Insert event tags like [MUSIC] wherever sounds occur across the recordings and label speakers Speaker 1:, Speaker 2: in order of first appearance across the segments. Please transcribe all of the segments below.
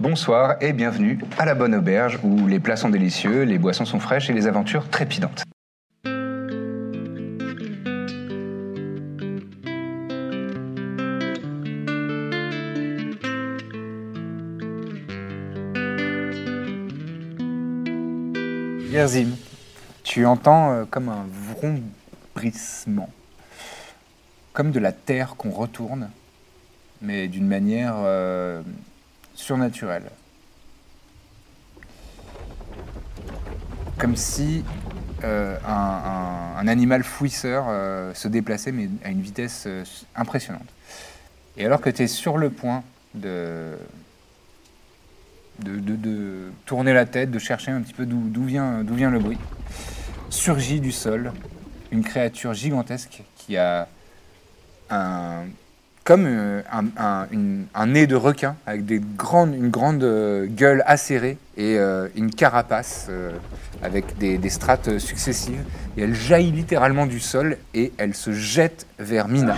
Speaker 1: Bonsoir et bienvenue à la Bonne Auberge où les plats sont délicieux, les boissons sont fraîches et les aventures trépidantes. Gerzim, tu entends euh, comme un vrombissement, comme de la terre qu'on retourne, mais d'une manière euh, surnaturelle. Comme si euh, un, un- un animal fouisseur euh, se déplaçait, mais à une vitesse euh, impressionnante. Et alors que tu es sur le point de, de, de- de tourner la tête, de chercher un petit peu d'où d'où vient, d'où vient le bruit. Surgit du sol une créature gigantesque qui a un, comme euh, un, un- une- un nez de requin avec des grandes, une grande euh, gueule acérée et euh, une carapace euh, avec des, des strates successives. Et elle jaillit littéralement du sol et elle se jette vers Mina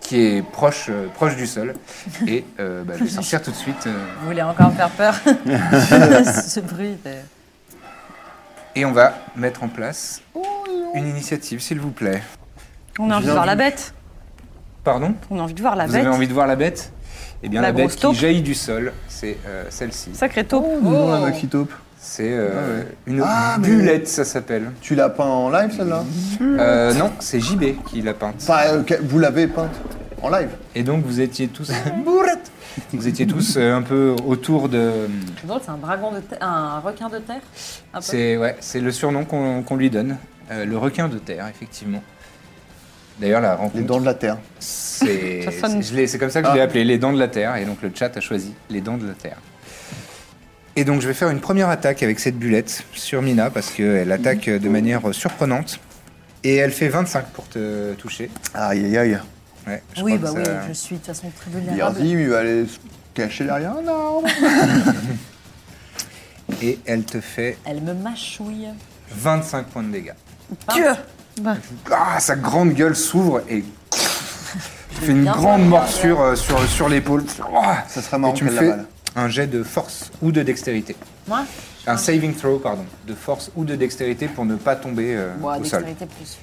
Speaker 1: qui est proche, euh, proche du sol. Et euh, bah, je vais sortir tout de suite. euh,
Speaker 2: Vous voulez encore me
Speaker 1: [LAUGHS]
Speaker 2: faire peur [LAUGHS] Ce bruit. de-
Speaker 1: Et on va mettre en place une initiative, s'il vous plaît.
Speaker 2: On a envie de voir la bête.
Speaker 1: Pardon
Speaker 2: On a envie de voir la
Speaker 1: Vous
Speaker 2: bête.
Speaker 1: avez envie de voir la bête Eh bien, la,
Speaker 2: La
Speaker 1: bête
Speaker 2: grosse
Speaker 1: qui
Speaker 2: taupe.
Speaker 1: jaillit du sol, c'est euh, celle-ci.
Speaker 2: Sacré taupe.
Speaker 3: Oh, dis donc, la maxi taupe.
Speaker 1: C'est euh, une
Speaker 3: Ah, mais- Hmm.
Speaker 1: bulette, ça s'appelle.
Speaker 3: Tu l'as peint en live celle-là
Speaker 1: Euh, non, c'est JB qui l'a peinte.
Speaker 3: Enfin, euh, que- vous l'avez peinte en live
Speaker 1: Et donc, vous étiez
Speaker 3: [LAUGHS]
Speaker 1: tous... Bourrette Vous étiez tous euh, un peu autour de...
Speaker 2: C'est drôle, c'est un dragon de terre, un requin de terre. Un peu.
Speaker 1: C'est ouais, c'est le surnom qu'on qu'on lui donne. euh, le requin de terre, effectivement. D'ailleurs, la rencontre...
Speaker 3: Les dents de la terre. [LAUGHS]
Speaker 1: C'est
Speaker 2: Ça sonne-
Speaker 1: je l'ai- c'est comme ça que je
Speaker 3: Ah.
Speaker 1: l'ai appelé, les dents de la terre. Et donc le chat a choisi les dents de la terre. Et donc je vais faire une première attaque avec cette bulette sur Mina parce qu'elle attaque
Speaker 3: Mmh.
Speaker 1: de manière surprenante. Et elle fait 25 pour te toucher.
Speaker 3: Aïe aïe aïe.
Speaker 1: Ouais, je
Speaker 2: Oui, bah
Speaker 1: crois que
Speaker 2: oui,
Speaker 1: ça-
Speaker 2: je suis de toute façon très vulnérable.
Speaker 3: Biardi, il va aller se cacher derrière un arbre.
Speaker 1: Et elle te fait
Speaker 2: Elle me mâchouille.
Speaker 1: 25 points de dégâts.
Speaker 2: Dieu Bah.
Speaker 1: Ah, sa grande gueule s'ouvre et fait une
Speaker 2: bien
Speaker 1: grande
Speaker 2: faire
Speaker 1: morsure euh, sur, sur l'épaule. Ah
Speaker 3: Ça serait marrant
Speaker 1: et tu me
Speaker 3: qu'elle
Speaker 1: fais
Speaker 3: l'avale.
Speaker 1: un jet de force ou de dextérité.
Speaker 2: Moi
Speaker 1: Un saving throw, pardon, de force ou de dextérité pour ne pas tomber euh,
Speaker 2: Moi,
Speaker 1: au sol.
Speaker 2: dextérité plus.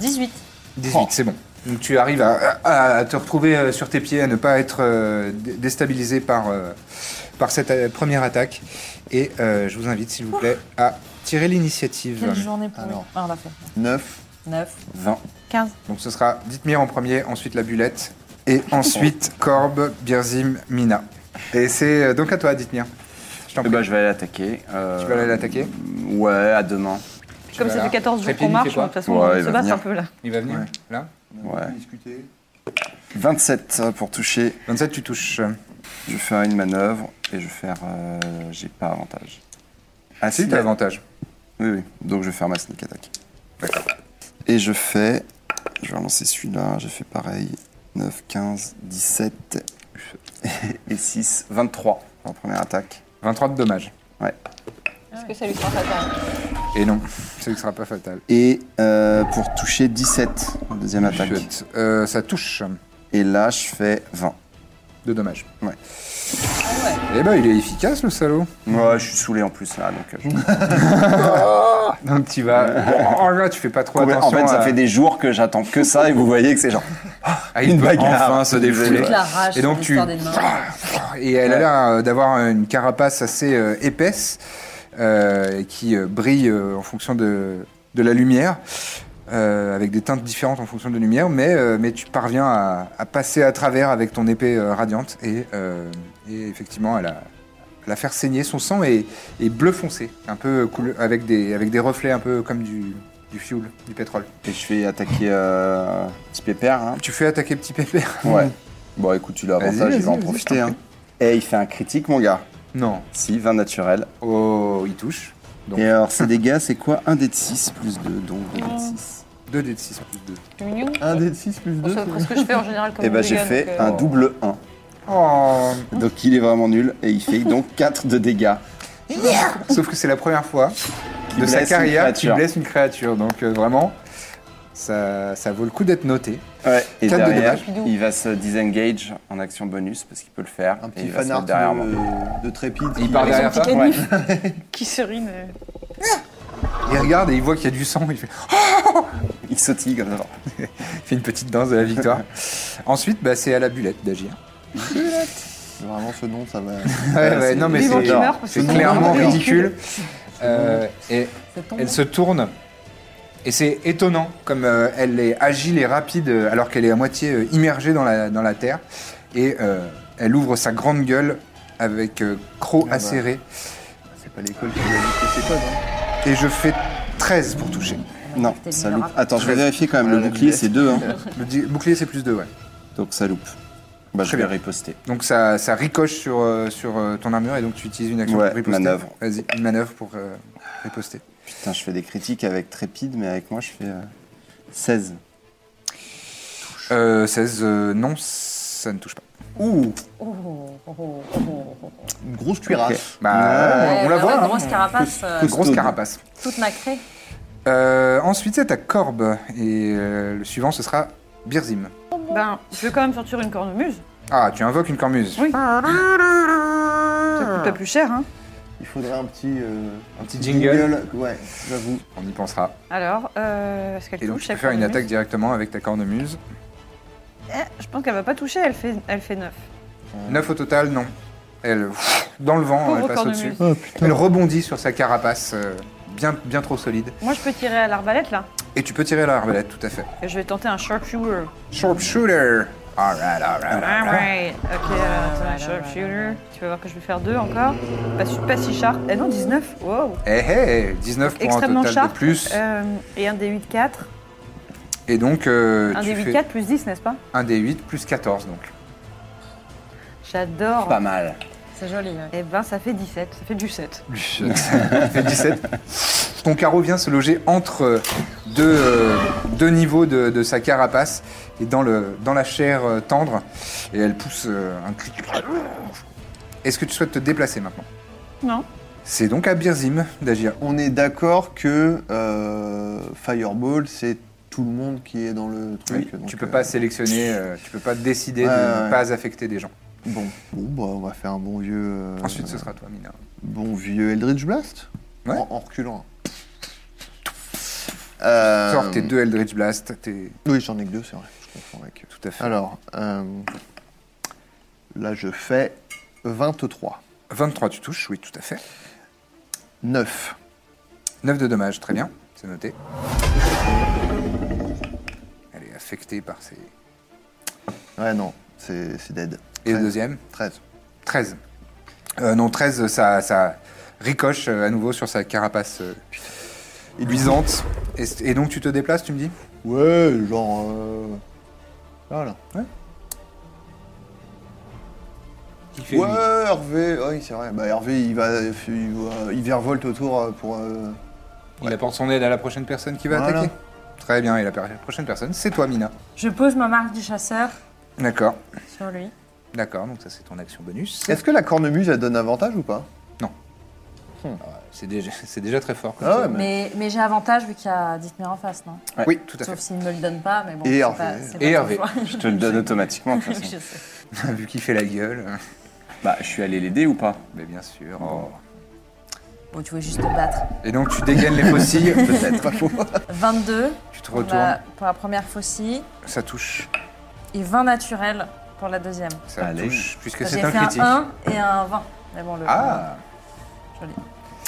Speaker 2: 18.
Speaker 1: 18, c'est bon. Donc tu arrives à, à- à te retrouver euh, sur tes pieds, à ne pas être euh, dé- déstabilisé par, euh, par cette euh, première attaque. Et euh, je vous invite, s'il vous plaît, à tirer l'initiative.
Speaker 2: Quelle journée pour lui
Speaker 3: Alors.
Speaker 2: Ah, on l'a fait.
Speaker 3: 9.
Speaker 2: 9,
Speaker 1: 20.
Speaker 2: 15.
Speaker 1: Donc ce sera Dithmir en premier, ensuite la Bulette, et [LAUGHS] ensuite Corbe, Birzim, Mina. Et c'est euh, donc à toi, Dithmir. Je t'en
Speaker 4: Eh
Speaker 1: prie.
Speaker 4: ben, je vais aller l'attaquer. euh,
Speaker 1: Tu vas aller l'attaquer
Speaker 4: Ouais, à demain.
Speaker 2: Comme
Speaker 1: vas
Speaker 2: ça fait
Speaker 1: là.
Speaker 2: 14 jours
Speaker 1: Trépide,
Speaker 2: qu'on
Speaker 1: il fait
Speaker 2: marche, de
Speaker 1: quoi
Speaker 2: toute façon,
Speaker 4: Ouais, il
Speaker 2: on se
Speaker 4: va
Speaker 2: bat
Speaker 4: venir.
Speaker 2: un peu là.
Speaker 1: Il va venir,
Speaker 3: Ouais.
Speaker 1: là.
Speaker 4: Ouais.
Speaker 3: Discuter.
Speaker 4: 27 euh, pour toucher.
Speaker 1: 27, tu touches.
Speaker 4: Je vais faire une manœuvre et je vais faire. euh, J'ai pas avantage. Ah
Speaker 1: Si, t'as avantage.
Speaker 4: Oui, oui. Donc je vais faire ma sneak attack.
Speaker 1: D'accord.
Speaker 4: Et je fais. Je vais relancer celui-là. J'ai fait pareil. 9, 15, 17 [LAUGHS] et 6. 23 en première attaque.
Speaker 1: 23 de dommage.
Speaker 4: Ouais.
Speaker 2: Est-ce que ça lui sera fatal
Speaker 1: Et [LAUGHS] non, ça ne sera pas fatal.
Speaker 4: Et euh, pour toucher 17 en deuxième attaque.
Speaker 1: Chouette. Euh, ça touche
Speaker 4: Et là, je fais 20.
Speaker 1: de dommages.
Speaker 4: Ouais.
Speaker 1: Eh ben, il est efficace, le salaud.
Speaker 4: Ouais, je suis saoulé en plus là. Donc, euh,
Speaker 1: Mmh.
Speaker 4: je-
Speaker 1: Donc tu
Speaker 4: [LAUGHS]
Speaker 1: vas... Oh là, tu fais pas trop
Speaker 4: Ah. Combien- en
Speaker 1: attention
Speaker 4: fait, ça
Speaker 1: à-
Speaker 4: fait des jours que j'attends que ça et vous voyez que c'est genre.
Speaker 1: à une
Speaker 4: [LAUGHS] une
Speaker 1: bagarre.
Speaker 4: bagarre.
Speaker 1: Enfin se défouler.
Speaker 2: Toute la rage,
Speaker 1: Et donc
Speaker 2: sur
Speaker 1: tu...
Speaker 2: l'histoire des nains.
Speaker 1: Et elle a l'air euh, d'avoir une carapace assez euh, épaisse euh, qui euh, brille euh, en fonction de, de la lumière. euh, avec des teintes différentes en fonction de la lumière, mais, euh, mais tu parviens à, à passer à travers avec ton épée euh, radiante et, euh, et effectivement elle a, la faire saigner. Son sang est, est bleu foncé, un peu couleur- avec, des, avec des reflets un peu comme du, du fuel, du pétrole.
Speaker 4: Et je vais attaquer euh, petit pépère. hein.
Speaker 1: Tu fais attaquer petit pépère
Speaker 4: Ouais. Bon, écoute, tu
Speaker 1: [LAUGHS]
Speaker 4: l'as
Speaker 1: Vas-y,
Speaker 4: avantage, il
Speaker 1: vas-y,
Speaker 4: va en
Speaker 1: vas-y,
Speaker 4: profiter.
Speaker 1: je t'en
Speaker 4: hein. Et il fait un critique, mon gars.
Speaker 1: Non.
Speaker 4: Si, 20 naturel.
Speaker 1: Oh, il touche. Donc,
Speaker 4: Et alors, ses dégâts, c'est quoi 1 d de 6 plus 2, donc 2 d
Speaker 2: Ah,
Speaker 4: de 6.
Speaker 1: 2 d de 6 plus 2.
Speaker 2: C'est mignon.
Speaker 3: 1 dé de 6 plus 2.
Speaker 2: C'est presque ce que je fais en général
Speaker 1: Eh
Speaker 2: comme
Speaker 4: Et
Speaker 1: ben,
Speaker 4: bah, j'ai
Speaker 2: hooligan,
Speaker 4: fait
Speaker 2: donc, euh,
Speaker 4: un double 1.
Speaker 1: Oh
Speaker 4: Donc, il est vraiment nul et il fait donc
Speaker 2: [LAUGHS]
Speaker 4: 4 de dégâts.
Speaker 1: [LAUGHS] Sauf que c'est la première fois de sa
Speaker 4: blesse une
Speaker 1: carrière qu'il
Speaker 4: créature.
Speaker 1: blesse une créature. Donc euh, vraiment, ça, ça vaut le coup d'être noté.
Speaker 4: Ouais, et
Speaker 1: Quatre de
Speaker 4: derrière,
Speaker 2: dommage.
Speaker 4: il va se disengage en action bonus parce qu'il peut le faire.
Speaker 3: Un
Speaker 4: et
Speaker 3: petit
Speaker 4: il va se
Speaker 3: fanart
Speaker 4: mettre derrière moi.
Speaker 3: de, de trépide.
Speaker 1: Il
Speaker 3: qui-
Speaker 1: part
Speaker 3: avec
Speaker 1: derrière
Speaker 3: son
Speaker 1: toi
Speaker 3: petit-
Speaker 1: Ouais.
Speaker 5: Qui serine euh,
Speaker 1: [LAUGHS] Il regarde et il voit qu'il y a du sang. Il fait, oh,
Speaker 4: Il sautille comme ça.
Speaker 2: Ah
Speaker 1: il fait une petite danse de la victoire. Ensuite, bah, c'est à la bulette d'agir.
Speaker 3: Vraiment, ce nom, ça va.
Speaker 1: Ouais,
Speaker 4: Ouais,
Speaker 1: ouais,
Speaker 4: c'est-
Speaker 1: non, mais
Speaker 5: Vivant
Speaker 1: c'est,
Speaker 5: qui meurt, parce que
Speaker 1: c'est
Speaker 5: c'est
Speaker 1: clairement
Speaker 5: vraiment
Speaker 1: ridicule. Euh, et
Speaker 2: C'est ton
Speaker 1: elle se tourne. Et c'est étonnant, comme euh, elle est agile et rapide, euh, alors qu'elle est à moitié euh, immergée dans la, dans la terre. Et euh, elle ouvre sa grande gueule avec euh, croc acéré.
Speaker 3: C'est pas l'école qui lui a dicté ses codes. hein.
Speaker 1: Et je fais 13 pour toucher.
Speaker 4: Non,
Speaker 2: C'était
Speaker 4: ça
Speaker 2: le
Speaker 4: loupe.
Speaker 2: miracle.
Speaker 4: Attends, je vais vérifier quand même. Le
Speaker 3: Ah, la
Speaker 4: bouclier,
Speaker 3: vitesse.
Speaker 4: c'est 2. Hein.
Speaker 1: Le di- bouclier, c'est plus 2, ouais.
Speaker 4: Donc ça loupe. Bah, je
Speaker 1: Très
Speaker 4: vais
Speaker 1: bien.
Speaker 4: riposter.
Speaker 1: Donc ça, ça ricoche sur, euh, sur euh, ton armure et donc tu utilises une action
Speaker 4: Ouais,
Speaker 1: pour riposter.
Speaker 4: manœuvre.
Speaker 1: Vas-y, une manœuvre pour euh, riposter.
Speaker 4: Putain, je fais des critiques avec Trépide, mais avec moi, je fais euh, 16.
Speaker 1: Euh, 16, euh, non, ça ne touche pas.
Speaker 4: Ouh
Speaker 2: Oh, oh, oh, oh, oh, oh.
Speaker 3: Une grosse cuirasse.
Speaker 1: Bah,
Speaker 2: Ouais,
Speaker 1: on la
Speaker 2: bah
Speaker 1: voit.
Speaker 2: ouais,
Speaker 1: hein.
Speaker 2: Grosse carapace, euh,
Speaker 1: Grosse
Speaker 4: Costaude.
Speaker 1: carapace.
Speaker 2: toute nacrée.
Speaker 1: Euh, ensuite, c'est ta corbe. Et euh, le suivant, ce sera Birzim.
Speaker 5: Ben, je vais quand même sortir une cornemuse.
Speaker 1: Ah, tu invoques une cormuse.
Speaker 5: Oui. Ça coûte pas plus cher, hein.
Speaker 3: Il faudrait un petit. euh,
Speaker 1: Un petit jingle.
Speaker 3: Ouais, j'avoue.
Speaker 1: On y pensera.
Speaker 5: Alors, euh, est-ce qu'elle
Speaker 1: Et donc,
Speaker 5: touche
Speaker 1: tu peux
Speaker 5: la
Speaker 1: faire une
Speaker 5: cornemuse
Speaker 1: attaque directement avec ta cornemuse.
Speaker 5: Eh, Je pense qu'elle va pas toucher, elle fait, elle fait 9.
Speaker 1: 9 au total, non. Elle, dans le vent,
Speaker 5: Pauvre
Speaker 1: elle passe
Speaker 5: cornemuse.
Speaker 1: au-dessus.
Speaker 3: Oh putain.
Speaker 1: Elle rebondit sur sa carapace, euh, bien, bien trop solide.
Speaker 5: Moi, je peux tirer à l'arbalète, là.
Speaker 1: Et tu peux tirer à l'arbalète, tout à fait.
Speaker 5: Et je vais tenter un sharpshooter.
Speaker 1: Sharpshooter Alright, alright,
Speaker 5: Ah
Speaker 1: alright.
Speaker 5: ouais. Ok, alors, attends, un sharpshooter. Tu vas voir que je vais faire 2 encore. Pas, su- pas si sharp. Eh non, 19. Wow.
Speaker 1: Eh hey, 19 points
Speaker 5: Extrêmement
Speaker 1: total
Speaker 5: sharp.
Speaker 1: de plus.
Speaker 5: Euh, et un D8 4.
Speaker 1: Et donc, euh,
Speaker 5: Un
Speaker 1: tu
Speaker 5: D8
Speaker 1: fais
Speaker 5: 4 plus 10, n'est-ce pas
Speaker 1: 1 des 8 plus 14, donc.
Speaker 5: J'adore.
Speaker 4: Pas mal.
Speaker 2: C'est joli. ouais.
Speaker 5: Eh ben, ça fait 17. Ça fait du 7.
Speaker 1: Ça fait 17. Ton carreau vient se loger entre euh, deux, euh, deux niveaux de, de sa carapace et dans, le, dans la chair euh, tendre. Et elle pousse euh, un cri. Est-ce que tu souhaites te déplacer maintenant
Speaker 5: Non.
Speaker 1: C'est donc à Birzim d'agir.
Speaker 3: On est d'accord que euh, Fireball, c'est tout le monde qui est dans le truc. donc,
Speaker 1: tu peux
Speaker 3: euh,
Speaker 1: pas sélectionner, euh, tu peux pas décider
Speaker 3: Ouais,
Speaker 1: de
Speaker 3: ouais.
Speaker 1: ne pas affecter des gens.
Speaker 3: Bon, bon bah, on va faire un bon vieux. euh,
Speaker 1: Ensuite, ce sera toi, Mina.
Speaker 3: Bon vieux Eldritch Blast
Speaker 1: Ouais.
Speaker 3: en, en reculant. Euh,
Speaker 1: Sors tes deux Eldritch Blast, tes...
Speaker 3: Oui, j'en ai que deux, c'est vrai. Je confonds avec.
Speaker 1: tout à fait.
Speaker 3: Alors, euh, là, je fais 23.
Speaker 1: 23, tu touches, oui, tout à fait.
Speaker 3: 9.
Speaker 1: 9 de dommages, très bien, c'est noté. Elle est affectée par ses...
Speaker 3: Ouais, non, c'est c'est dead.
Speaker 1: Et le
Speaker 3: 13.
Speaker 1: deuxième
Speaker 3: 13.
Speaker 1: 13. Euh, non, 13, ça, ça ricoche euh, à nouveau sur sa carapace euh, luisante. Et, et donc tu te déplaces, tu me dis
Speaker 3: Ouais, genre. euh, Là, là. Ouais, Hervé, oui, c'est vrai. Bah, Hervé, il va, il va- il virevolte autour euh, pour. euh,
Speaker 1: Il apporte son aide à la prochaine personne qui va
Speaker 3: Voilà.
Speaker 1: attaquer. Très bien, et la per- prochaine personne, c'est toi, Mina.
Speaker 2: Je pose ma marque du chasseur
Speaker 1: D'accord,
Speaker 2: sur lui.
Speaker 1: d'accord, donc ça c'est ton action bonus.
Speaker 3: Est-ce que la cornemuse, elle donne avantage ou pas
Speaker 1: C'est déjà, c'est déjà très fort. comme
Speaker 3: Ah
Speaker 1: ça.
Speaker 3: ouais,
Speaker 2: Mais, mais j'ai avantage vu qu'il y a Dithmir en face, non
Speaker 1: Oui, tout à
Speaker 2: Sauf
Speaker 1: fait.
Speaker 2: s'il ne me le donne pas, mais bon.
Speaker 3: Et
Speaker 2: c'est
Speaker 3: Hervé.
Speaker 2: pas- c'est
Speaker 1: Et
Speaker 2: pas
Speaker 1: Hervé.
Speaker 2: ton choix. [LAUGHS]
Speaker 4: Je te le
Speaker 1: [LAUGHS]
Speaker 4: donne automatiquement, de toute façon.
Speaker 2: Je sais.
Speaker 1: Vu qu'il fait [LAUGHS] la gueule. euh,
Speaker 4: Bah, je suis allé l'aider ou pas
Speaker 1: Mais bien sûr.
Speaker 2: Bon, tu voulais juste te battre.
Speaker 1: Et donc tu dégaines les faucilles, peut-être.
Speaker 2: 22
Speaker 1: Tu te
Speaker 2: pour
Speaker 1: retournes,
Speaker 2: la- pour la première faucille
Speaker 1: ça touche.
Speaker 2: et 20 naturels pour la deuxième.
Speaker 1: Ça
Speaker 4: Allez.
Speaker 1: touche, puisque
Speaker 2: J'ai
Speaker 1: c'est
Speaker 2: fait
Speaker 1: un critique.
Speaker 2: un 1 et un 20. Mais bon, le
Speaker 1: Ah
Speaker 2: joli.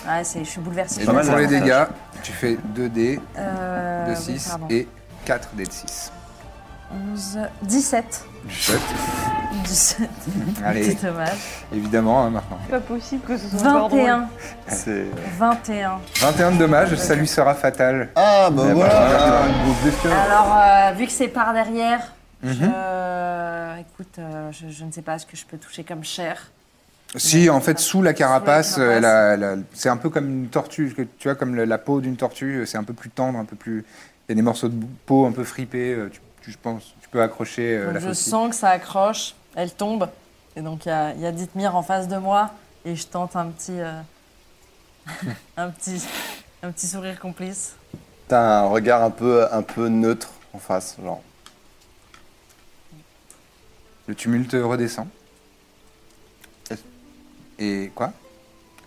Speaker 2: Ouais, c'est- je suis bouleversée.
Speaker 1: Et
Speaker 4: Pas
Speaker 1: donc
Speaker 4: mal
Speaker 1: pour les
Speaker 4: d'avantages.
Speaker 1: dégâts, tu fais 2D,
Speaker 2: Euh,
Speaker 1: 2
Speaker 2: oui,
Speaker 1: 6
Speaker 2: pardon.
Speaker 1: et 4 D de 6.
Speaker 2: 11, [LAUGHS] 17. 17,
Speaker 1: Allez,
Speaker 2: c'est dommage.
Speaker 1: évidemment, hein, maintenant.
Speaker 5: C'est pas possible que ce soit encore drôle.
Speaker 2: 21.
Speaker 4: C'est.
Speaker 2: 21.
Speaker 1: 21 de dommages, ça lui sera fatal.
Speaker 3: Ah, bah
Speaker 4: Eh
Speaker 3: voilà
Speaker 4: bah,
Speaker 3: un gros bestiaire.
Speaker 2: Alors, euh, vu que c'est par derrière,
Speaker 1: Mhm.
Speaker 2: Euh, écoute, euh, je, je ne sais pas ce que je peux toucher comme chair.
Speaker 1: Euh, Si, en fait, sous la carapace,
Speaker 2: Sous la
Speaker 1: elle a- elle a- c'est un peu comme une tortue, que- tu vois, comme le- la peau d'une tortue, euh, c'est un peu plus tendre, un peu plus. Il y a des morceaux de peau un peu fripés, euh, tu, tu- je pense, tu peux accrocher euh,
Speaker 2: Donc,
Speaker 1: la
Speaker 2: je
Speaker 1: faucille.
Speaker 2: sens que ça accroche, elle tombe. Et donc il y a, il y a Dithmir en face de moi et je tente un petit, euh, [LAUGHS] un petit, un petit sourire complice.
Speaker 4: T'as un regard un peu, un peu neutre en face, genre.
Speaker 1: Le tumulte redescend. Et quoi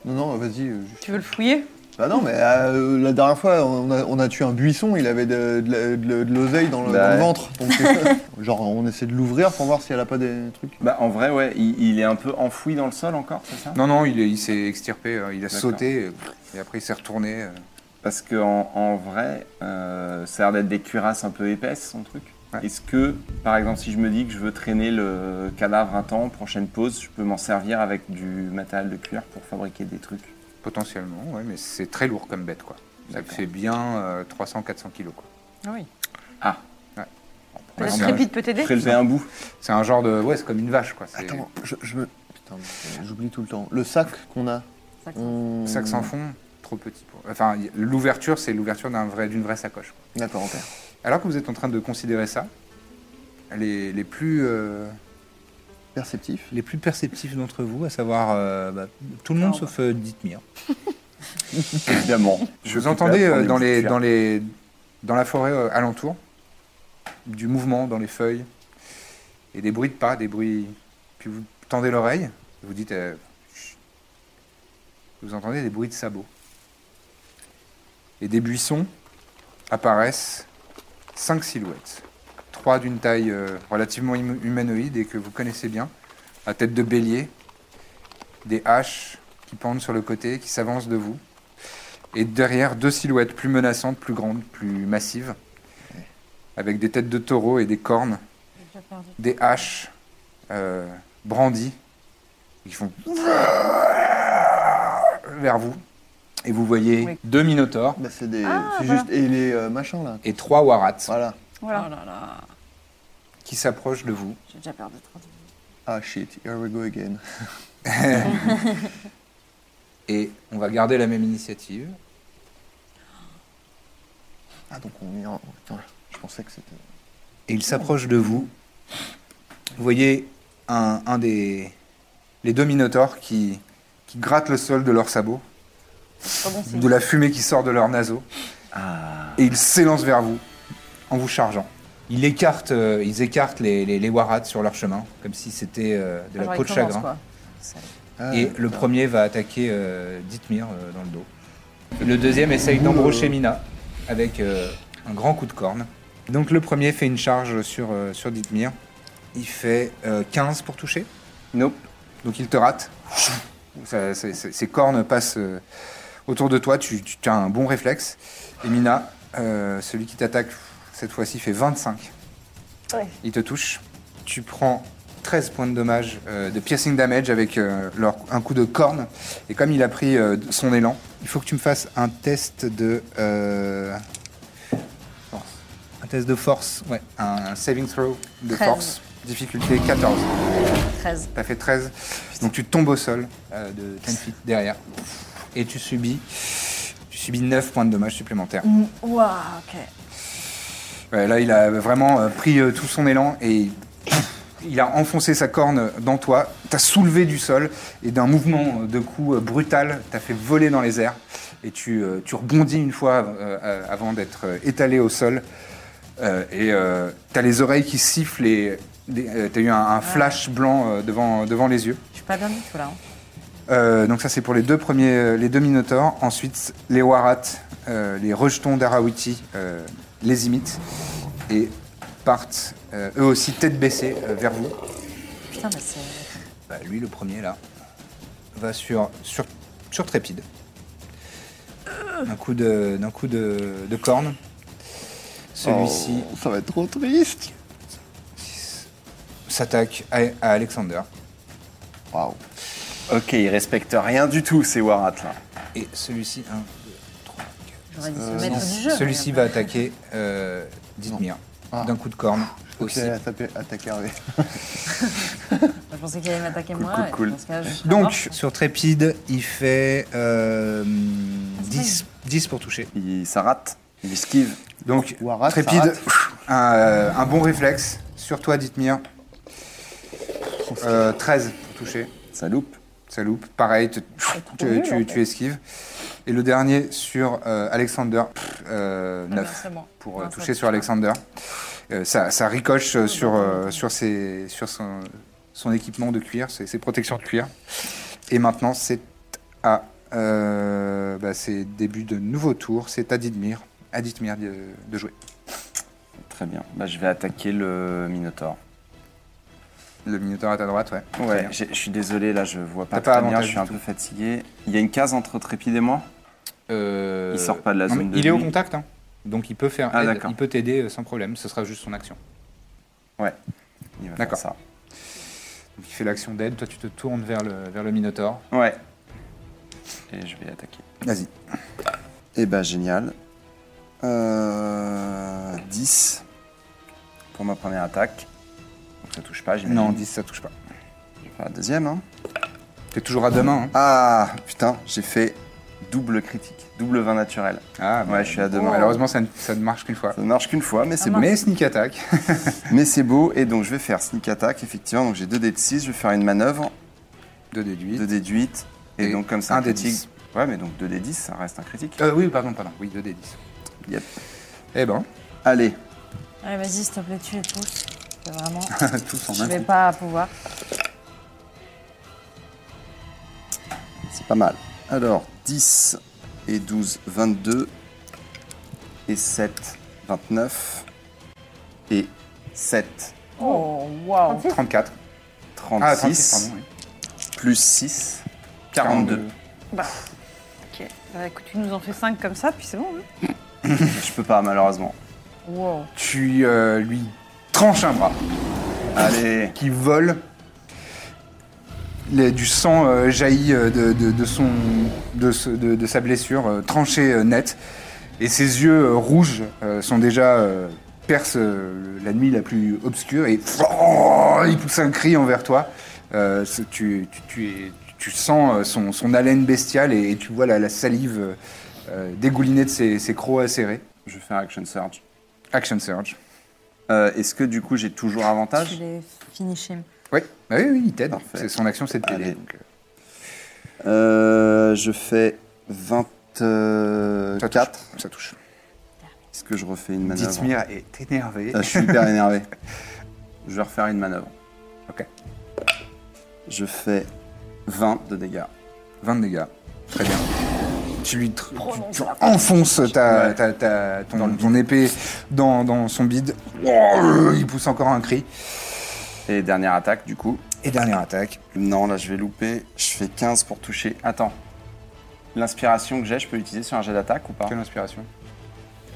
Speaker 3: Non, non, vas-y. euh, juste-
Speaker 5: Tu veux le fouiller
Speaker 3: Bah non, mais euh, la dernière fois, on a, on a tué un buisson, il avait de, de la- de- de l'oseille dans, le-
Speaker 4: Bah
Speaker 3: dans le
Speaker 4: ouais.
Speaker 3: ventre. Donc, euh, [LAUGHS] genre, on essaie de l'ouvrir pour voir si elle a pas des trucs.
Speaker 4: Bah en vrai, ouais, il, il est un peu enfoui dans le sol encore, c'est ça
Speaker 1: Non, non, il, est- il s'est extirpé, euh, il a
Speaker 4: D'accord.
Speaker 1: sauté, euh, et après il s'est retourné. euh.
Speaker 4: Parce que en, en vrai, euh, ça a l'air d'être des cuirasses un peu épaisses, son truc.
Speaker 1: Ouais.
Speaker 4: Est-ce que, par exemple, si je me dis que je veux traîner le cadavre un temps, prochaine pause, je peux m'en servir avec du matériel de cuir pour fabriquer des trucs
Speaker 1: Potentiellement, ouais, mais c'est très lourd comme bête, quoi. Ça
Speaker 4: D'accord.
Speaker 1: fait bien euh, 300-400 kilos, quoi.
Speaker 4: Ah,
Speaker 1: Ouais,
Speaker 5: La
Speaker 1: c'est un-
Speaker 5: strépite peut t'aider
Speaker 4: prélever un bout
Speaker 1: c'est un genre de... Ouais, c'est comme une vache, quoi. C'est
Speaker 3: Attends, je, je me. Putain, mais j'oublie tout le temps. Le sac qu'on a.
Speaker 2: Ça accroche.
Speaker 3: on-
Speaker 1: un Sac sans fond, trop petit pour... Enfin, y- l'ouverture, c'est l'ouverture d'un vrai, d'une vraie sacoche. quoi.
Speaker 3: D'accord, ok.
Speaker 1: Alors que vous êtes en train de considérer ça, les, les plus... euh,
Speaker 3: Perceptif.
Speaker 1: les plus perceptifs d'entre vous, à savoir euh, bah, tout le monde sauf euh, Dithmir.
Speaker 4: Évidemment.
Speaker 1: Je vous entendez euh, dans, les,
Speaker 4: bouts
Speaker 1: dans, les, dans la forêt euh, alentour, du mouvement dans les feuilles, et des bruits de pas, des bruits... Puis vous tendez l'oreille, vous dites... euh, Chut. vous entendez des bruits de sabots. Et des buissons apparaissent cinq silhouettes. Trois d'une taille euh, relativement hum- humanoïde et que vous connaissez bien, à tête de bélier, des haches qui pendent sur le côté, qui s'avancent de vous. Et derrière, deux silhouettes plus menaçantes, plus grandes, plus massives, avec des têtes de taureau et des cornes, des haches euh, brandies, qui font vers vous. Et vous voyez
Speaker 5: Oui.
Speaker 1: deux minotaures
Speaker 3: Bah, c'est des.
Speaker 5: Ah,
Speaker 3: c'est
Speaker 5: voilà.
Speaker 3: juste. Et les euh, machins, là.
Speaker 1: et trois warats
Speaker 3: Voilà.
Speaker 5: Voilà.
Speaker 2: Oh là là,
Speaker 1: qui s'approchent de vous.
Speaker 2: j'ai déjà perdu 30 minutes.
Speaker 3: Ah shit, here we go again.
Speaker 1: Et on va garder la même initiative.
Speaker 3: Ah, donc on est en. Putain, je pensais que c'était.
Speaker 1: Et ils s'approchent de vous. Vous voyez un, un des. les deux minotaures qui, qui grattent le sol de leurs sabots,
Speaker 2: C'est pas bon signe.
Speaker 1: de la fumée qui sort de leurs naseaux. Et ils s'élancent vers vous en vous chargeant. Ils écartent, euh, ils écartent les, les, les warats sur leur chemin, comme si c'était euh, de la
Speaker 2: Genre, il
Speaker 1: peau de
Speaker 2: commence,
Speaker 1: chagrin.
Speaker 2: quoi.
Speaker 3: Ah,
Speaker 1: Et le premier va attaquer euh, Dithmir euh, dans le dos. Le deuxième essaye d'embrocher Mina avec euh, un grand coup de corne. Donc le premier fait une charge sur, euh, sur Dithmir. Il fait euh, 15 pour toucher.
Speaker 4: Nope.
Speaker 1: Donc il te rate. Ça- ça- ça- ses cornes passent euh, autour de toi. Tu, tu- tu as un bon réflexe. Et Mina, euh, celui qui t'attaque cette fois-ci, fait 25.
Speaker 5: Ouais.
Speaker 1: Il te touche. Tu prends 13 points de dommage, euh, de piercing damage avec euh, leur- un coup de corne. Et comme il a pris euh, son élan, il faut que tu me fasses un test de. euh, force. Un test de force, ouais. Un saving throw de
Speaker 2: 13.
Speaker 1: force. Difficulté 14.
Speaker 2: 13.
Speaker 1: T'as fait 13. Donc tu tombes au sol euh, de 10 feet derrière. Et tu subis. Tu subis 9 points de dommages supplémentaires.
Speaker 2: Waouh, ok.
Speaker 1: Ouais, là, il a vraiment euh, pris euh, tout son élan et [COUGHS] il- il a enfoncé sa corne dans toi. T'as soulevé du sol et d'un mouvement de coup euh, brutal, t'as fait voler dans les airs. Et tu, euh, tu rebondis une fois euh, euh, avant d'être euh, étalé au sol. Euh, et euh, t'as les oreilles qui sifflent et des- euh, t'as eu un, un flash blanc euh, devant, devant les yeux.
Speaker 2: Je suis pas bien du tout là. hein.
Speaker 1: Euh, donc ça c'est pour les deux premiers, euh, les deux minotaures. Ensuite les warats, euh, les rejetons d'Arawiti euh, les imitent et partent euh, eux aussi tête baissée euh, vers vous.
Speaker 2: Putain, mais c'est.
Speaker 1: Bah, lui le premier là va sur sur, sur trépide. D'un coup de d'un coup de, de corne. Celui-ci
Speaker 3: Oh, ça va être trop triste.
Speaker 2: Oh.
Speaker 1: s'attaque à, à Alexander
Speaker 3: Waouh.
Speaker 4: Ok, ils respectent rien du tout ces warats là.
Speaker 1: et celui-ci un, deux, trois,
Speaker 2: J'aurais dit se
Speaker 1: Euh, Non,
Speaker 2: mettre du jeu. Ah.
Speaker 1: Celui-ci
Speaker 2: mais-
Speaker 1: va attaquer euh, Dithmir. d'un coup de corne aussi.
Speaker 3: J'ai attaqué, attaqué Hervé.
Speaker 2: Je pensais qu'il allait m'attaquer moi.
Speaker 4: cool,
Speaker 2: et
Speaker 4: cool.
Speaker 2: dans ce cas, je serais
Speaker 1: Donc,
Speaker 2: mort.
Speaker 1: sur Trépide, il fait euh, 10, 10 pour toucher.
Speaker 4: Il, ça rate, il esquive.
Speaker 1: Donc,
Speaker 3: Ou un rat, ça
Speaker 1: Trépide,
Speaker 3: rate.
Speaker 1: un, euh, un bon réflexe. Sur toi, Dithmir. Euh, 13 pour toucher.
Speaker 4: Ça loupe.
Speaker 1: Ça loupe. Pareil, te-
Speaker 2: Ah,
Speaker 1: tu, tu- tu esquives. Et le dernier sur euh, Alexander, pff, euh,
Speaker 2: Ah,
Speaker 1: 9
Speaker 2: c'est bon.
Speaker 1: pour euh,
Speaker 2: Non, ça
Speaker 1: toucher
Speaker 2: touche
Speaker 1: sur
Speaker 2: pas.
Speaker 1: Alexander. Euh, ça, ça ricoche euh, sur, euh, sur, ses, sur son, son équipement de cuir, ses, ses protections de cuir. Et maintenant, c'est à. Euh, bah, c'est début de nouveau tour, c'est à Didmir. À Didmir de, de jouer.
Speaker 4: Très bien. Bah, je vais attaquer le Minotaur.
Speaker 1: Le Minotaur à ta droite, ouais. Très
Speaker 4: Ouais,
Speaker 1: bien.
Speaker 4: j'ai- je suis désolé, là, je vois pas
Speaker 1: T'as pas
Speaker 4: très bien,
Speaker 1: avantage
Speaker 4: je suis un
Speaker 1: du
Speaker 4: peu fatigué. Il y a une case entre Trépide et moi
Speaker 1: Euh,
Speaker 4: Il sort pas de la
Speaker 1: non,
Speaker 4: zone
Speaker 1: mais
Speaker 4: de
Speaker 1: Il est au
Speaker 4: lui.
Speaker 1: contact, hein. donc il peut faire,
Speaker 4: Ah,
Speaker 1: aide,
Speaker 4: d'accord.
Speaker 1: il peut t'aider euh, sans problème. Ce sera juste son action.
Speaker 4: Ouais. Il va faire
Speaker 1: D'accord.
Speaker 4: ça.
Speaker 1: Donc il fait l'action d'aide. Toi, tu te tournes vers le vers le Minotaur.
Speaker 4: Ouais. Et je vais attaquer.
Speaker 1: Vas-y.
Speaker 4: Eh ben, génial. Euh, 10 pour ma première attaque. Donc ça touche pas, j'imagine.
Speaker 1: Non, 10, ça touche pas.
Speaker 4: Je vais faire la deuxième. hein.
Speaker 1: T'es toujours à deux mains. hein.
Speaker 4: Ah, putain, j'ai fait double critique, double 20 naturel.
Speaker 1: Ah,
Speaker 4: Ouais, je suis à deux mains.
Speaker 1: Malheureusement, ça ne, ça ne marche qu'une fois.
Speaker 4: Ça ne marche qu'une fois, mais c'est beau.
Speaker 1: Mais sneak attack. [LAUGHS]
Speaker 4: Mais c'est beau, et donc je vais faire sneak attack, effectivement. Donc j'ai 2 dés de 6, je vais faire une manœuvre,
Speaker 1: 2 déduits.
Speaker 4: 2 dés de 8, et,
Speaker 1: Et
Speaker 4: donc comme ça,
Speaker 1: un
Speaker 4: un
Speaker 1: dé de
Speaker 4: critique.
Speaker 1: 10.
Speaker 4: Ouais, mais donc 2 dés 10, ça reste un critique.
Speaker 1: Euh, oui, pardon, pardon. Oui, 2 des 10.
Speaker 4: Yep.
Speaker 1: Eh ben,
Speaker 4: Allez,
Speaker 2: Allez, vas-y, s'il te plaît, tu les tous. C'est Vraiment,
Speaker 1: tous [LAUGHS]
Speaker 2: je
Speaker 1: en
Speaker 2: vais pas pouvoir.
Speaker 4: c'est pas mal. Alors, 10 et 12, 22, et 7, 29, et 7,
Speaker 2: Oh, waouh.
Speaker 1: 34.
Speaker 4: 36,
Speaker 1: Ah, 36, pardon. oui.
Speaker 4: plus 6, 42.
Speaker 5: Ok. Bah, écoute, tu nous en fais 5 comme ça, puis c'est bon. hein.
Speaker 4: Je peux pas, malheureusement.
Speaker 2: Wow.
Speaker 1: Tu euh, lui tranches un bras
Speaker 4: Allez,
Speaker 1: qui vole. Les- du sang euh, jaillit euh, de, de- de son, de, ce- de- de sa blessure, euh, tranchée euh, nette. Et ses yeux euh, rouges euh, sont déjà euh, percent euh, la nuit la plus obscure et [LAUGHS] Oh il pousse un cri envers toi. Euh, ce- tu, tu- tu es- tu sens euh, son, son haleine bestiale et, et tu vois la, la salive euh, euh, dégouliner de ses, ses crocs acérés.
Speaker 4: je fais un action surge.
Speaker 1: Action Surge.
Speaker 4: Euh, Est-ce que du coup j'ai toujours
Speaker 1: Ah,
Speaker 2: Tu
Speaker 4: avantage
Speaker 2: les finish him.
Speaker 1: Oui, Bah oui, oui, il t'aide.
Speaker 4: Parfait.
Speaker 1: C'est- Son action, c'est de t'aider.
Speaker 4: Allez.
Speaker 1: donc, euh,
Speaker 4: Euh, Je fais 24.
Speaker 1: ça touche. Ça touche.
Speaker 4: Est-ce que je refais une manœuvre
Speaker 1: Dithmir est énervé.
Speaker 4: Ah, Je suis hyper énervé. Je vais refaire une manœuvre.
Speaker 1: Ok.
Speaker 4: Je fais 20 de dégâts.
Speaker 1: 20 de dégâts. Très bien. Tu lui tr- tu- tu enfonces ta,
Speaker 4: Ouais.
Speaker 1: ta- ta- ton, ton épée dans, dans son bide. Ouah, Il pousse encore un cri.
Speaker 4: Et dernière attaque du coup.
Speaker 1: Et dernière attaque.
Speaker 4: Non, là je vais louper. Je fais 15 pour toucher. Attends. L'inspiration que j'ai, je peux l'utiliser sur un jet d'attaque ou pas
Speaker 1: Quelle inspiration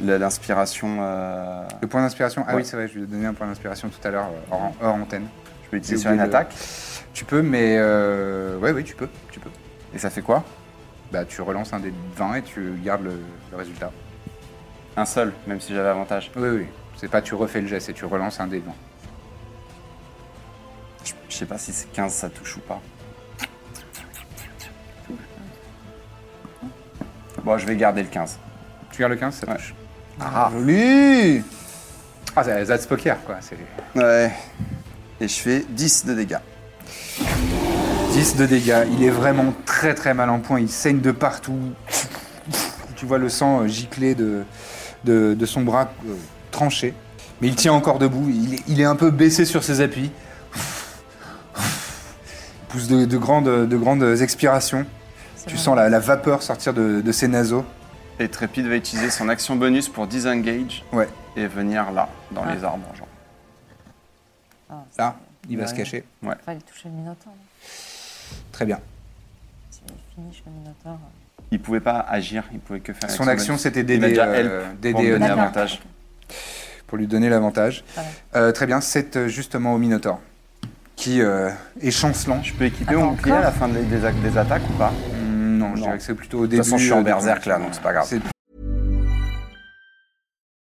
Speaker 4: La- L'inspiration. euh,
Speaker 1: Le point d'inspiration Ah
Speaker 4: Ouais.
Speaker 1: oui, c'est vrai, je lui ai donné un point d'inspiration tout à l'heure euh, hors, hors antenne.
Speaker 4: Je peux l'utiliser
Speaker 1: J'ai
Speaker 4: sur une
Speaker 1: oublié de-
Speaker 4: attaque.
Speaker 1: Tu peux, mais. Euh... Ouais, oui, tu peux. Tu peux.
Speaker 4: Et ça fait quoi
Speaker 1: Bah, tu relances un des 20 et tu gardes le, le résultat.
Speaker 4: Un seul, même si j'avais avantage.
Speaker 1: Oui, oui. C'est pas tu refais le jet, c'est tu relances un des 20.
Speaker 4: Je je sais pas si c'est 15, ça touche ou pas. Bon, je vais garder le 15.
Speaker 1: Tu gardes le 15, ça
Speaker 4: Ouais.
Speaker 1: touche.
Speaker 3: Ah, joli
Speaker 1: Ah, c'est Zaz Poker, quoi. c'est-
Speaker 4: Ouais. Et je fais 10 de dégâts.
Speaker 1: 10 de dégâts, il est vraiment très très mal en point, il saigne de partout. Tu vois le sang euh, gicler de, de, de son bras euh, tranché. Mais il tient encore debout, il, est- il est un peu baissé sur ses appuis. Il pousse de, de grandes, de grandes expirations. Tu sens la, la vapeur sortir de, de ses naseaux.
Speaker 4: Et Trépide va utiliser son action bonus pour disengage
Speaker 1: Ouais,
Speaker 4: et venir là, dans les arbres. Genre.
Speaker 1: là, il va se cacher.
Speaker 2: Fallait toucher le Minotaur. non
Speaker 1: Très bien.
Speaker 2: Si il finish le Minotaur. euh,
Speaker 4: Il pouvait pas agir, il pouvait que faire
Speaker 1: Son action,
Speaker 4: bonus.
Speaker 1: c'était
Speaker 4: Il m'a
Speaker 1: d'aider
Speaker 4: déjà
Speaker 1: euh,
Speaker 4: help pour me
Speaker 1: d'aider
Speaker 4: donner
Speaker 2: D'accord.
Speaker 1: Nina,
Speaker 4: avantage.
Speaker 1: pour lui donner l'avantage.
Speaker 2: Voilà.
Speaker 1: Euh, très bien, c'est euh, justement au Minotaur qui euh, est chancelant.
Speaker 4: Je peux équiper mon
Speaker 5: Attends,
Speaker 4: bouclier à
Speaker 5: encore
Speaker 4: la fin des, des ac- des attaques ou pas
Speaker 1: Mm, Non, je
Speaker 4: Non.
Speaker 1: dirais que c'est plutôt au
Speaker 4: De
Speaker 1: début.
Speaker 4: toute façon, je suis en
Speaker 1: euh,
Speaker 4: berserk là, donc c'est pas grave.
Speaker 1: C'est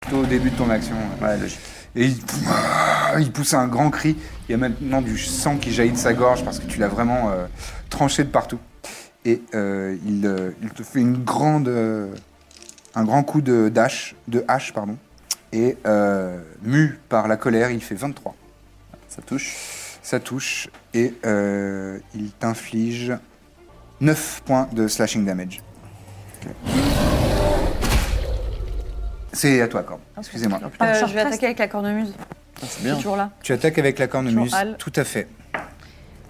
Speaker 1: Plutôt au début de ton action. Ouais, logique. Et il, [LAUGHS] il pousse un grand cri. Il y a maintenant du sang qui jaillit de sa gorge parce que tu l'as vraiment euh, tranché de partout. Et euh, il, euh, il te fait une grande, euh, un grand coup de d'hache, de hache, pardon. Et euh, mu par la colère, il fait 23. Ça touche. Ça touche. Et euh, il t'inflige 9 points de slashing damage. C'est à toi, Corbe. Excusez-moi.
Speaker 5: Euh, je vais attaquer avec la cornemuse.
Speaker 1: Ah,
Speaker 5: C'est
Speaker 3: bien.
Speaker 5: toujours là.
Speaker 1: Tu attaques avec la cornemuse.
Speaker 5: Sur Al.
Speaker 1: Tout à fait.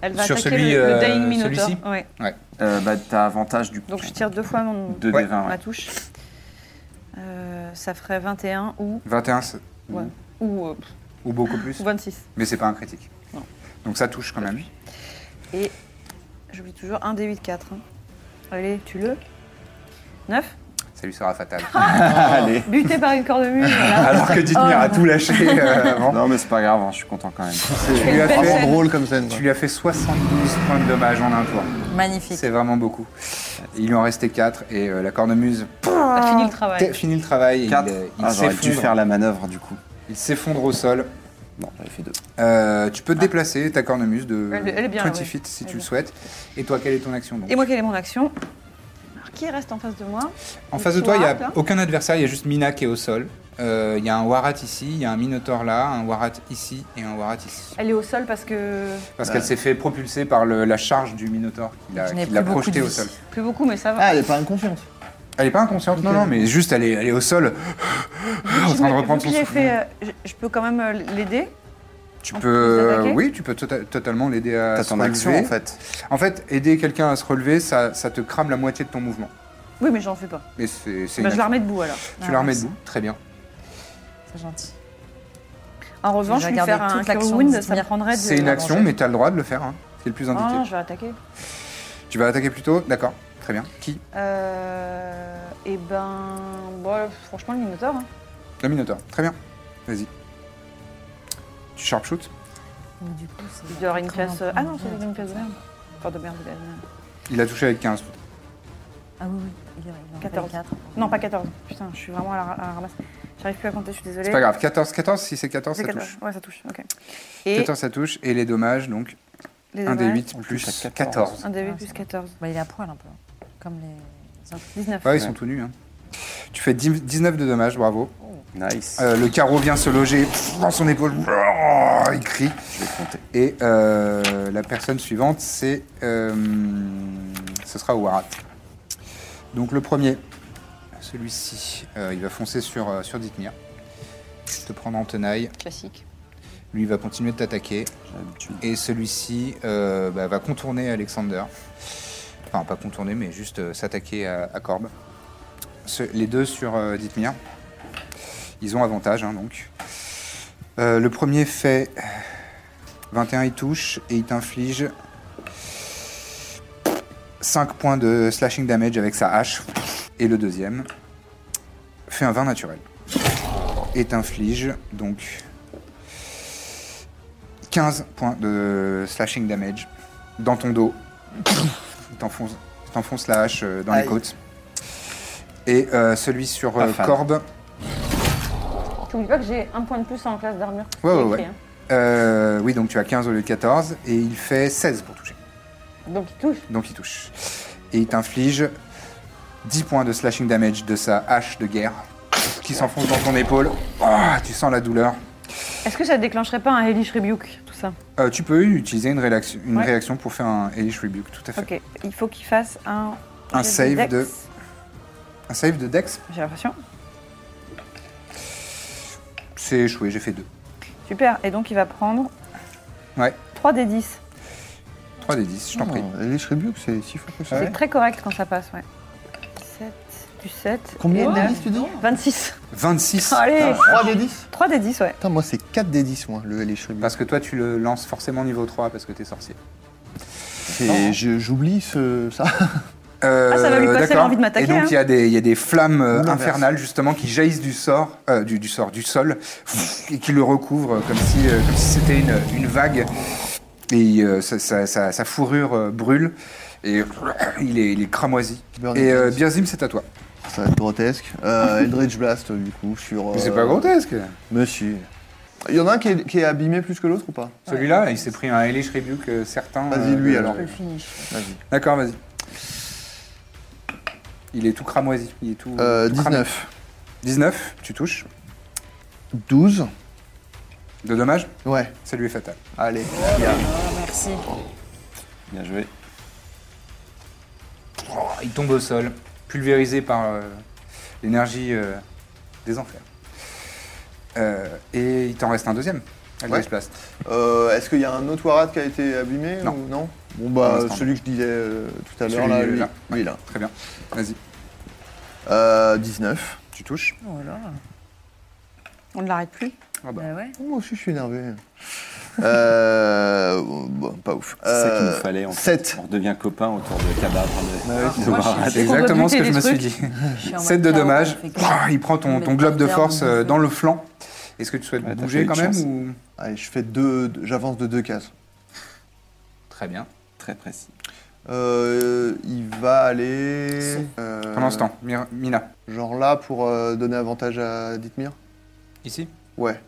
Speaker 5: Elle va
Speaker 1: Sur
Speaker 5: attaquer
Speaker 1: celui,
Speaker 5: le, le
Speaker 1: euh,
Speaker 5: Dying Minotaur.
Speaker 1: celui-ci
Speaker 5: Ouais.
Speaker 1: Ouais.
Speaker 4: Euh, bah, t'as avantage du coup.
Speaker 5: Donc je tire deux fois mon
Speaker 4: 2
Speaker 1: Ouais.
Speaker 4: des 20,
Speaker 5: ma
Speaker 4: ouais.
Speaker 5: touche. Euh, ça ferait 21 ou
Speaker 1: 21 c'est-
Speaker 5: ouais, ou, euh,
Speaker 1: ou beaucoup plus.
Speaker 5: ou 26.
Speaker 1: Mais c'est pas un critique.
Speaker 5: Non.
Speaker 1: Donc ça touche quand même.
Speaker 5: Et j'oublie toujours un D8 4. hein. Allez, tu le 9
Speaker 1: Ça lui sera fatal.
Speaker 5: Ah,
Speaker 4: Allez.
Speaker 5: Buté par une cornemuse. voilà.
Speaker 1: [LAUGHS] Alors que Dithmir
Speaker 5: oh.
Speaker 1: a tout lâché
Speaker 5: [LAUGHS]
Speaker 1: euh, avant.
Speaker 4: Non, mais c'est pas grave, hein, je suis content quand même.
Speaker 1: Tu lui, as
Speaker 5: Belle
Speaker 3: Vraiment
Speaker 1: fait,
Speaker 5: scène.
Speaker 3: drôle comme scène. quoi.
Speaker 1: tu lui as fait 72 points de dommages en un tour.
Speaker 2: Magnifique.
Speaker 1: C'est vraiment beaucoup. Il lui en restait 4 et euh, la cornemuse
Speaker 5: T'as fini le
Speaker 1: t-
Speaker 5: travail.
Speaker 1: finit le travail. et
Speaker 4: Quatre.
Speaker 1: Il, euh, il
Speaker 4: Ah, j'aurais dû
Speaker 1: s'effondre.
Speaker 4: faire la manœuvre du coup.
Speaker 1: Il s'effondre au sol.
Speaker 4: Non, j'avais fait deux.
Speaker 1: Euh, tu peux te déplacer ta cornemuse de
Speaker 5: Ah. Elle est- elle est bien,
Speaker 1: 20
Speaker 5: ouais.
Speaker 1: feet si
Speaker 5: Elle
Speaker 1: tu
Speaker 5: est
Speaker 1: le
Speaker 5: bien.
Speaker 1: souhaites. Et toi, quelle est ton action donc
Speaker 5: Et moi, quelle est mon action Alors, qui reste en face de moi
Speaker 1: En
Speaker 5: Le
Speaker 1: face de
Speaker 5: petit
Speaker 1: toi, il n'y
Speaker 5: warat,
Speaker 1: a
Speaker 5: là.
Speaker 1: aucun adversaire, il y a juste Mina qui est au sol. Euh, Il y a un Warat ici, il y a un Minotaur là, un Warat ici et un Warat ici.
Speaker 5: Elle est au sol parce que.
Speaker 1: Parce qu'elle s'est fait propulser par le- la charge du Minotaur qui l'a
Speaker 2: Je n'ai
Speaker 1: qui l'a
Speaker 2: plus beaucoup
Speaker 1: projetée
Speaker 2: de
Speaker 1: au
Speaker 2: vie.
Speaker 1: sol.
Speaker 5: Plus beaucoup, mais ça va.
Speaker 3: Ah, elle est pas inconfiante.
Speaker 1: Elle n'est pas inconsciente, non, non, mais juste elle est, elle est au sol en
Speaker 5: Je
Speaker 1: train de
Speaker 5: me-
Speaker 1: reprendre
Speaker 5: vu
Speaker 1: son
Speaker 5: que j'ai
Speaker 1: souffle.
Speaker 5: fait, euh, je- je peux quand même euh, l'aider.
Speaker 1: Tu
Speaker 5: on
Speaker 1: peux,
Speaker 5: peut les attaquer
Speaker 1: oui, tu peux tota- totalement l'aider à
Speaker 4: T'as
Speaker 1: se
Speaker 4: ton
Speaker 1: relever.
Speaker 4: action en fait.
Speaker 1: En fait, aider quelqu'un à se relever, ça, ça te crame la moitié de ton mouvement.
Speaker 5: Oui, mais j'en fais pas.
Speaker 1: Mais c'est c'est
Speaker 5: Bah,
Speaker 1: une
Speaker 5: je
Speaker 1: action.
Speaker 5: la remets debout alors.
Speaker 1: Tu la remets debout, très bien.
Speaker 2: Ah, C'est gentil.
Speaker 5: En revanche,
Speaker 2: Je vais
Speaker 5: lui faire
Speaker 2: garder
Speaker 5: un
Speaker 2: toute
Speaker 5: cure
Speaker 2: l'action de
Speaker 5: wound,
Speaker 2: cette
Speaker 5: ça me
Speaker 2: mire.
Speaker 5: prendrait de.
Speaker 1: C'est une
Speaker 5: la
Speaker 1: action,
Speaker 5: manger.
Speaker 1: mais tu as le droit de le faire, hein. c'est le plus
Speaker 5: Ah,
Speaker 1: indiqué.
Speaker 5: je vais attaquer.
Speaker 1: Tu vas attaquer plus tôt D'accord, très bien. Qui
Speaker 5: Euh, et ben. Bon, franchement, le Minotaur. hein.
Speaker 1: Le Minotaur, très bien. Vas-y. Tu sharpshoot
Speaker 2: Donc, du coup, c'est
Speaker 5: Il doit y avoir une
Speaker 2: vraiment
Speaker 5: classe.
Speaker 2: pas
Speaker 5: Ah non,
Speaker 2: mal.
Speaker 5: c'est une classe de merde. Enfin, de merde, de merde.
Speaker 1: Il a touché avec 15.
Speaker 2: Ah oui, oui. Il y a- il en
Speaker 5: 14.
Speaker 2: fait 4.
Speaker 5: Non, pas 14. Putain, je suis vraiment à la, à la ramasse. J'arrive plus à compter, je suis désolée.
Speaker 1: C'est pas grave, 14, 14, si c'est 14,
Speaker 5: C'est
Speaker 1: ça
Speaker 5: 14.
Speaker 1: touche.
Speaker 5: Ouais, ça touche. Ok. Et
Speaker 1: 14, ça touche, et les dommages, donc
Speaker 5: les
Speaker 1: 1 des
Speaker 5: dommages.
Speaker 1: 8 plus
Speaker 4: touche à
Speaker 1: 14.
Speaker 4: 14.
Speaker 5: Un des 8
Speaker 2: Ah,
Speaker 5: plus
Speaker 2: ça
Speaker 5: 14.
Speaker 2: Bah, il est à poil un peu. Comme les autres.
Speaker 5: 19.
Speaker 1: Ouais, ils sont tout nus. hein. Tu fais 10 19 de dommages, bravo.
Speaker 4: Nice.
Speaker 1: Euh, le carreau vient se loger dans son épaule. Oh, Il crie.
Speaker 4: Je vais compter.
Speaker 1: Et euh, la personne suivante, c'est. euh, ce sera Warat. Donc le premier, celui-ci, euh, il va foncer sur, euh, sur Dithmir. Te prendre en tenaille.
Speaker 5: Classique.
Speaker 1: Lui, il va continuer de t'attaquer.
Speaker 4: J'ai l'habitude.
Speaker 1: Et celui-ci euh, bah, va contourner Alexander. Enfin, pas contourner, mais juste euh, s'attaquer à, à Corbe. Ce- les deux sur euh, Dithmir. Ils ont avantage, hein, donc. Euh, le premier fait 21, il touche et il t'inflige 5 points de slashing damage avec sa hache. Et le deuxième fait un 20 naturel. Et t'inflige donc 15 points de slashing damage dans ton dos. [COUGHS] Il t'enfonce il t'enfonce la hache euh, dans les
Speaker 3: Aïe.
Speaker 1: côtes. Et euh, celui sur
Speaker 4: Pas
Speaker 1: euh,
Speaker 4: fan.
Speaker 1: Corbe,
Speaker 5: Tu oublies pas que j'ai un point de plus en classe d'armure.
Speaker 1: Ouais,
Speaker 5: C'est
Speaker 1: ouais,
Speaker 5: écrit, hein.
Speaker 1: ouais. euh, oui, donc tu as 15 au lieu de 14, et il fait 16 pour toucher.
Speaker 5: hein. Donc il touche.
Speaker 1: Donc il touche. Et il t'inflige 10 points de slashing damage de sa hache de guerre qui s'enfonce dans ton épaule. Ah, tu sens la douleur.
Speaker 5: Est-ce que ça déclencherait pas un Hellish Rebuke, tout ça
Speaker 1: Euh, tu peux utiliser une, réaction, une
Speaker 5: Ouais.
Speaker 1: réaction pour faire un Elish Rebuke, tout à fait.
Speaker 5: Ok, il faut qu'il fasse un.
Speaker 1: Un save
Speaker 5: Dex.
Speaker 1: de- Un save de Dex,
Speaker 5: J'ai l'impression.
Speaker 1: c'est échoué, j'ai fait 2.
Speaker 5: Super, et donc il va prendre
Speaker 1: Ouais,
Speaker 5: 3 des 10.
Speaker 1: 3 des 10, je t'en prie.
Speaker 3: Ah,
Speaker 1: Ah
Speaker 3: Oh, les Shribuke, c'est si fou que ça.
Speaker 5: C'est très correct quand ça passe, ouais. 7, plus 7.
Speaker 3: Combien
Speaker 5: et
Speaker 3: de Ah
Speaker 5: neuf.
Speaker 3: dés, tu dis
Speaker 5: 26.
Speaker 1: 26.
Speaker 5: [LAUGHS] Allez
Speaker 3: 3 des 10
Speaker 5: 3 des 10, ouais.
Speaker 3: Putain, moi c'est 4 des 10, moi, le, les cheveux.
Speaker 1: Parce que toi, tu le lances forcément niveau 3 parce que t'es sorcier.
Speaker 3: Et je- j'oublie ce, ça.
Speaker 5: Ah, ça va lui passer
Speaker 1: Euh, d'accord.
Speaker 5: l'envie de m'attaquer,
Speaker 1: Et donc,
Speaker 5: hein.
Speaker 1: il y a des- il y, a des flammes euh,
Speaker 3: Ou l'inverse.
Speaker 1: infernales, justement, qui jaillissent du sort, euh, du, du sort, du sol, et qui le recouvrent euh, comme si euh, comme si c'était une, une vague. Et euh, sa, sa- sa- sa fourrure euh, brûle, et [COUGHS] il est, il est cramoisi.
Speaker 3: Burning
Speaker 1: Et euh,
Speaker 3: Hands.
Speaker 1: Birzim, c'est à toi.
Speaker 3: Ça va être grotesque. Euh, Eldritch Blast, du coup, sur.
Speaker 1: Mais c'est
Speaker 3: euh,
Speaker 1: pas grotesque.
Speaker 3: Monsieur. Il y en a un qui est, qui est abîmé plus que l'autre ou pas
Speaker 1: Celui-là, il s'est pris un Elish Rebuke euh, certain.
Speaker 3: Vas-y, lui,
Speaker 1: de-
Speaker 3: alors.
Speaker 2: Le finish.
Speaker 3: Vas-y.
Speaker 1: D'accord, vas-y. Il est tout cramoisi. Il est tout,
Speaker 3: Euh,
Speaker 1: tout cramé.
Speaker 3: 19.
Speaker 1: 19, tu touches.
Speaker 3: 12.
Speaker 1: De dommage,
Speaker 3: Ouais.
Speaker 1: ça lui est fatal.
Speaker 3: Allez.
Speaker 2: Oh, merci.
Speaker 4: Bien joué.
Speaker 1: Il tombe au sol, pulvérisé par euh, l'énergie euh, des enfers. Euh, et il t'en reste un deuxième. Allez,
Speaker 3: Ouais.
Speaker 1: je place.
Speaker 3: Euh, Est-ce qu'il y a un autre Warad qui a été abîmé
Speaker 1: Non.
Speaker 3: ou non Bon,
Speaker 1: Pour
Speaker 3: bah,
Speaker 1: l'instant,
Speaker 3: celui que je disais euh, tout à
Speaker 1: Celui,
Speaker 3: l'heure, là,
Speaker 1: euh,
Speaker 3: lui,
Speaker 1: là.
Speaker 3: lui, là.
Speaker 1: Très bien. Vas-y,
Speaker 3: Euh, 19.
Speaker 1: tu touches.
Speaker 2: Oh là.
Speaker 5: On ne l'arrête plus.
Speaker 1: Ah bah.
Speaker 2: Bah ouais.
Speaker 3: Moi aussi, je
Speaker 1: [LAUGHS]
Speaker 3: suis énervé. euh, bon, pas ouf. Euh,
Speaker 4: C'est ça qu'il nous fallait. On,
Speaker 3: 7.
Speaker 4: on redevient copains autour de cadavres. de- de
Speaker 2: moi, je
Speaker 4: Barad.
Speaker 1: Ah, C'est
Speaker 5: suis- On doit
Speaker 1: exactement ce
Speaker 5: buter
Speaker 1: que je me
Speaker 5: des
Speaker 1: suis
Speaker 5: trucs.
Speaker 1: dit.
Speaker 2: Je suis en
Speaker 1: 7 de
Speaker 2: mode carotte,
Speaker 1: dommage.
Speaker 2: ça fait que-
Speaker 1: Il prend ton,
Speaker 2: Mais
Speaker 1: ton globe de
Speaker 2: par terre,
Speaker 1: force
Speaker 2: mon
Speaker 1: euh,
Speaker 2: feu.
Speaker 1: dans le flanc. Est-ce que tu souhaites
Speaker 4: Ouais, t'as fait
Speaker 1: bouger
Speaker 4: une
Speaker 1: quand même
Speaker 4: chance.
Speaker 1: ou...
Speaker 3: Allez, je fais deux, deux- j'avance de deux cases.
Speaker 1: Très bien.
Speaker 4: Très précis.
Speaker 3: Euh, il va aller. euh,
Speaker 1: Pendant ce temps, Mir- Mina.
Speaker 3: Genre là pour euh, donner avantage à Dithmir
Speaker 1: Ici
Speaker 3: Ouais.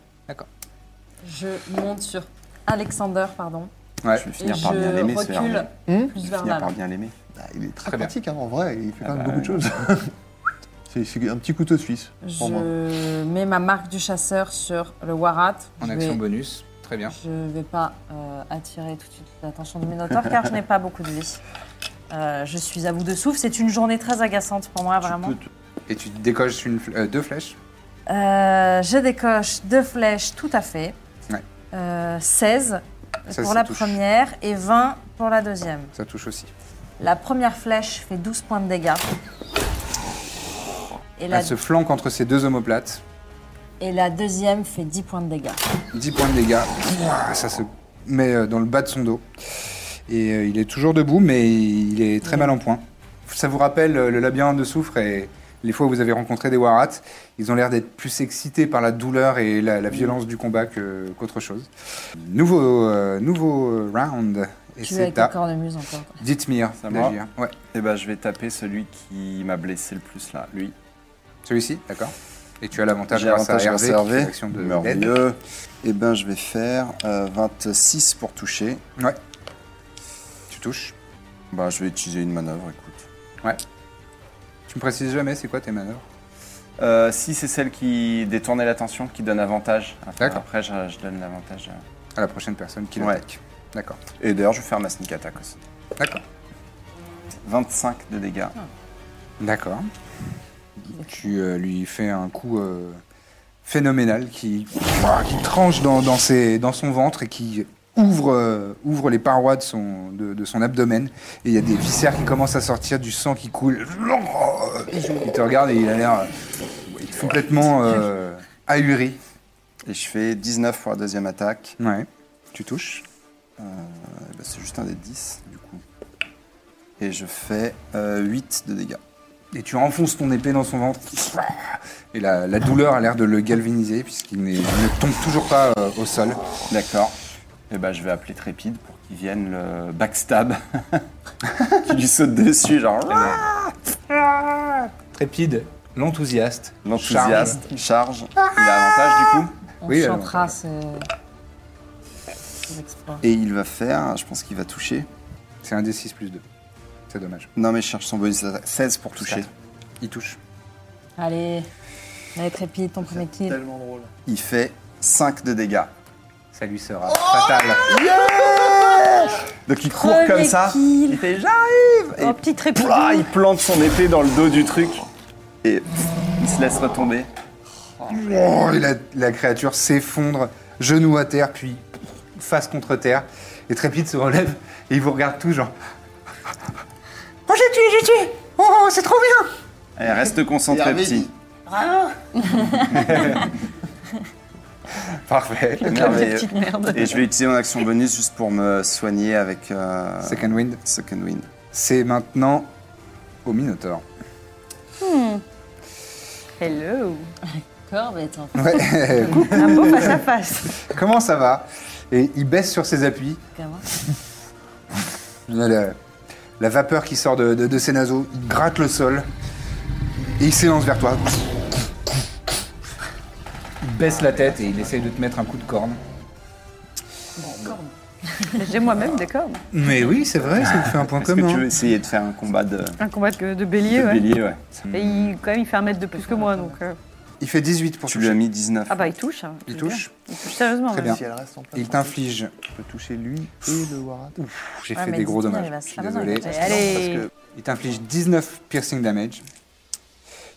Speaker 2: Je monte sur Alexander, pardon.
Speaker 1: Ouais.
Speaker 4: Je vais
Speaker 2: Et
Speaker 4: finir par bien l'aimer,
Speaker 2: je
Speaker 4: ce Hermé.
Speaker 2: recule
Speaker 3: Hum
Speaker 2: plus
Speaker 4: Je vais
Speaker 2: vers
Speaker 4: finir
Speaker 2: là.
Speaker 4: par bien l'aimer.
Speaker 3: Bah, il est très,
Speaker 1: Très bien.
Speaker 3: pratique hein, en vrai, il fait
Speaker 4: Ah
Speaker 3: quand même
Speaker 4: bah,
Speaker 3: beaucoup de choses. [LAUGHS] c'est, c'est un petit couteau suisse pour moi.
Speaker 2: Je mets ma marque du chasseur sur le Warat.
Speaker 1: En
Speaker 2: je
Speaker 1: action
Speaker 2: vais,
Speaker 1: bonus. Très bien.
Speaker 2: je vais pas euh, attirer tout de suite l'attention du Minotaure car je n'ai pas beaucoup de vie. Euh, je suis à bout de souffle. C'est une journée très agaçante pour moi, vraiment.
Speaker 1: Et tu décoches une fl- euh, deux flèches.
Speaker 2: Euh, je décoche deux flèches, tout à fait.
Speaker 1: Ouais.
Speaker 2: Euh, 16
Speaker 1: Ça,
Speaker 2: pour
Speaker 1: ça
Speaker 2: la
Speaker 1: touche.
Speaker 2: première et 20 pour la deuxième.
Speaker 1: Ça touche aussi.
Speaker 2: La première flèche fait 12 points de dégâts. Et la,
Speaker 1: Elle se flanque entre ses deux omoplates.
Speaker 2: et la deuxième fait 10 points de dégâts.
Speaker 1: 10 points de dégâts. Pouah, Ça se met euh, dans le bas de son dos. Et euh, il est toujours debout, mais il est très mal en point. Ça vous rappelle euh, le labyrinthe de soufre et les fois où vous avez rencontré des warats, ils ont l'air d'être plus excités par la douleur et la, la violence du combat que- qu'autre chose. Nouveau, euh, nouveau euh, round. Et
Speaker 2: tu es avec
Speaker 1: c'est
Speaker 2: le
Speaker 1: à
Speaker 2: cornemuse encore.
Speaker 1: Dithmir
Speaker 4: C'est à moi.
Speaker 1: d'agir. Ouais.
Speaker 4: Et ben, je vais taper celui qui m'a blessé le plus là, lui.
Speaker 1: Celui-ci, d'accord. Et tu as l'avantage
Speaker 4: J'ai
Speaker 1: grâce à
Speaker 4: avantage
Speaker 1: Hervé,
Speaker 4: grâce
Speaker 1: qui
Speaker 4: à
Speaker 1: fait
Speaker 4: Hervé.
Speaker 1: l'action de d'aide.
Speaker 4: Merveilleux. Et ben, je vais faire euh, 26 pour toucher.
Speaker 1: Ouais. Tu touches.
Speaker 4: Bah, je vais utiliser une manœuvre, écoute.
Speaker 1: Tu me précises jamais c'est quoi tes manœuvres
Speaker 4: Euh, si c'est celle qui détournait l'attention, qui donne avantage. Après,
Speaker 1: D'accord.
Speaker 4: après, je, je donne l'avantage. euh.
Speaker 1: à la prochaine personne qui
Speaker 4: Ouais.
Speaker 1: l'attaque. D'accord.
Speaker 4: Et d'ailleurs, je vais faire ma sneak attack aussi.
Speaker 1: D'accord.
Speaker 4: 25 de dégâts.
Speaker 1: D'accord. Tu euh, lui fais un coup euh, phénoménal qui, qui tranche dans, dans ses- dans son ventre et qui ouvre, euh, ouvre les parois de son, de, de son abdomen. Et il y a des viscères qui commencent à sortir, du sang qui coule. Il te regarde et il a l'air euh, complètement euh, ahuri.
Speaker 4: Et je fais 19 pour la deuxième attaque.
Speaker 1: Ouais. Tu touches.
Speaker 4: Eh ben, c'est juste un des 10, du coup. Et je fais euh, 8 de dégâts.
Speaker 1: Et tu enfonces ton épée dans son ventre. Et la, la douleur a l'air de le galvaniser puisqu'il n'est- il ne tombe toujours pas euh, au sol.
Speaker 4: D'accord. Et ben, je vais appeler Trépide pour qu'il vienne le backstab. [LAUGHS] qu'il lui saute dessus, genre.
Speaker 1: Trépide, l'enthousiaste.
Speaker 4: L'enthousiaste charge.
Speaker 2: Ah.
Speaker 4: Il a avantage, du coup.
Speaker 2: On
Speaker 1: Oui,
Speaker 2: chantera ces ces exploits.
Speaker 4: Et il va faire, je pense qu'il va toucher.
Speaker 1: charme. C'est un D6 plus 2. C'est dommage.
Speaker 4: Non, mais je cherche son bonus d'attaque. 16 pour toucher.
Speaker 1: Quatre. Il touche.
Speaker 2: Allez, allez Trépide, ton premier kill.
Speaker 3: Tellement drôle.
Speaker 4: Il fait 5 de dégâts.
Speaker 1: Ça lui sera fatal.
Speaker 4: Donc il court
Speaker 2: Premier
Speaker 4: comme ça.
Speaker 2: kill.
Speaker 4: Il fait j'arrive Et
Speaker 5: Oh, petit trépidou.
Speaker 4: pouah, il plante son épée dans le dos du truc. Et il se laisse retomber.
Speaker 1: Oh, et la, la créature s'effondre, genou à terre, puis face contre terre. Et Trépide se relève et il vous regarde tout genre. Oh, j'ai tué, j'ai tué Oh, oh, c'est trop bien
Speaker 4: Allez, reste concentré,
Speaker 3: Hervé
Speaker 4: petit.
Speaker 3: dit-
Speaker 4: [LAUGHS]
Speaker 1: Parfait.
Speaker 4: Merveilleux.
Speaker 5: petite merde.
Speaker 4: Et je vais utiliser mon action bonus juste pour me soigner avec euh,
Speaker 1: Second Wind.
Speaker 4: Second Wind.
Speaker 1: C'est maintenant au Minotaur.
Speaker 5: Hello.
Speaker 2: Corbett, en fait,
Speaker 1: Ouais. Coucou.
Speaker 5: Un beau face à face.
Speaker 1: Comment ça va Et il baisse sur ses appuis.
Speaker 2: comment
Speaker 1: Il a La, la vapeur qui sort de, de- de ses naseaux, il gratte le sol et il s'élance vers toi. Il baisse la tête et il essaye de te mettre un coup de corne.
Speaker 5: J'ai moi-même des cornes.
Speaker 1: Mais oui, c'est vrai, ça vous fait un point
Speaker 4: Est-ce que tu veux essayer de faire un combat de,
Speaker 5: Un combat de, de
Speaker 4: de
Speaker 5: bélier, ouais.
Speaker 4: bélier ouais.
Speaker 5: Et il, quand même, il fait un mètre de plus que moi, donc. euh,
Speaker 1: Il fait 18 pour
Speaker 4: Tu lui as
Speaker 1: toucher.
Speaker 4: mis 19.
Speaker 5: Ah bah, il touche. hein,
Speaker 1: Il
Speaker 5: je veux dire.
Speaker 1: touche.
Speaker 5: Il touche sérieusement.
Speaker 1: Très
Speaker 5: même.
Speaker 1: bien.
Speaker 3: Si elle reste en place,
Speaker 1: Il t'inflige.
Speaker 3: on peut toucher lui et le Warat.
Speaker 1: J'ai
Speaker 2: Ouais,
Speaker 1: fait
Speaker 2: mais
Speaker 1: des gros
Speaker 2: dis-moi,
Speaker 1: dommages.
Speaker 2: il va
Speaker 1: Je
Speaker 2: se
Speaker 1: suis
Speaker 2: faire mal,
Speaker 1: désolé.
Speaker 2: mais
Speaker 5: Allez.
Speaker 3: Parce que
Speaker 1: Il t'inflige 19 piercing damage.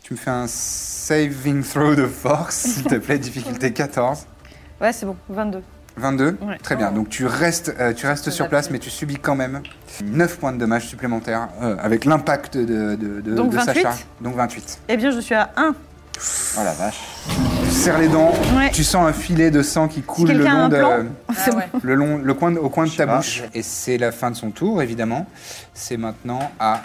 Speaker 1: Tu me fais un saving throw de force, s'il te plaît, difficulté 14.
Speaker 5: Ouais, c'est bon. 22.
Speaker 1: 22
Speaker 5: Ouais.
Speaker 1: Très bien, donc tu restes, euh, tu restes sur place, mais tu subis quand même 9 points de dommages supplémentaires euh, avec l'impact de, de- de-
Speaker 5: Donc
Speaker 1: de sa
Speaker 5: 28?
Speaker 1: charge. Donc 28.
Speaker 5: Eh bien, je suis à 1.
Speaker 4: Oh la vache.
Speaker 1: Tu serres les dents,
Speaker 5: Ouais.
Speaker 1: tu sens un filet de sang qui coule le
Speaker 5: quelqu'un a
Speaker 1: long
Speaker 5: un
Speaker 1: de... euh,
Speaker 5: plan
Speaker 2: Ah ouais.
Speaker 1: Le long, le coin, au coin de
Speaker 4: Je
Speaker 1: ta
Speaker 4: sais pas.
Speaker 1: bouche. Et c'est la fin de son tour, évidemment. C'est maintenant à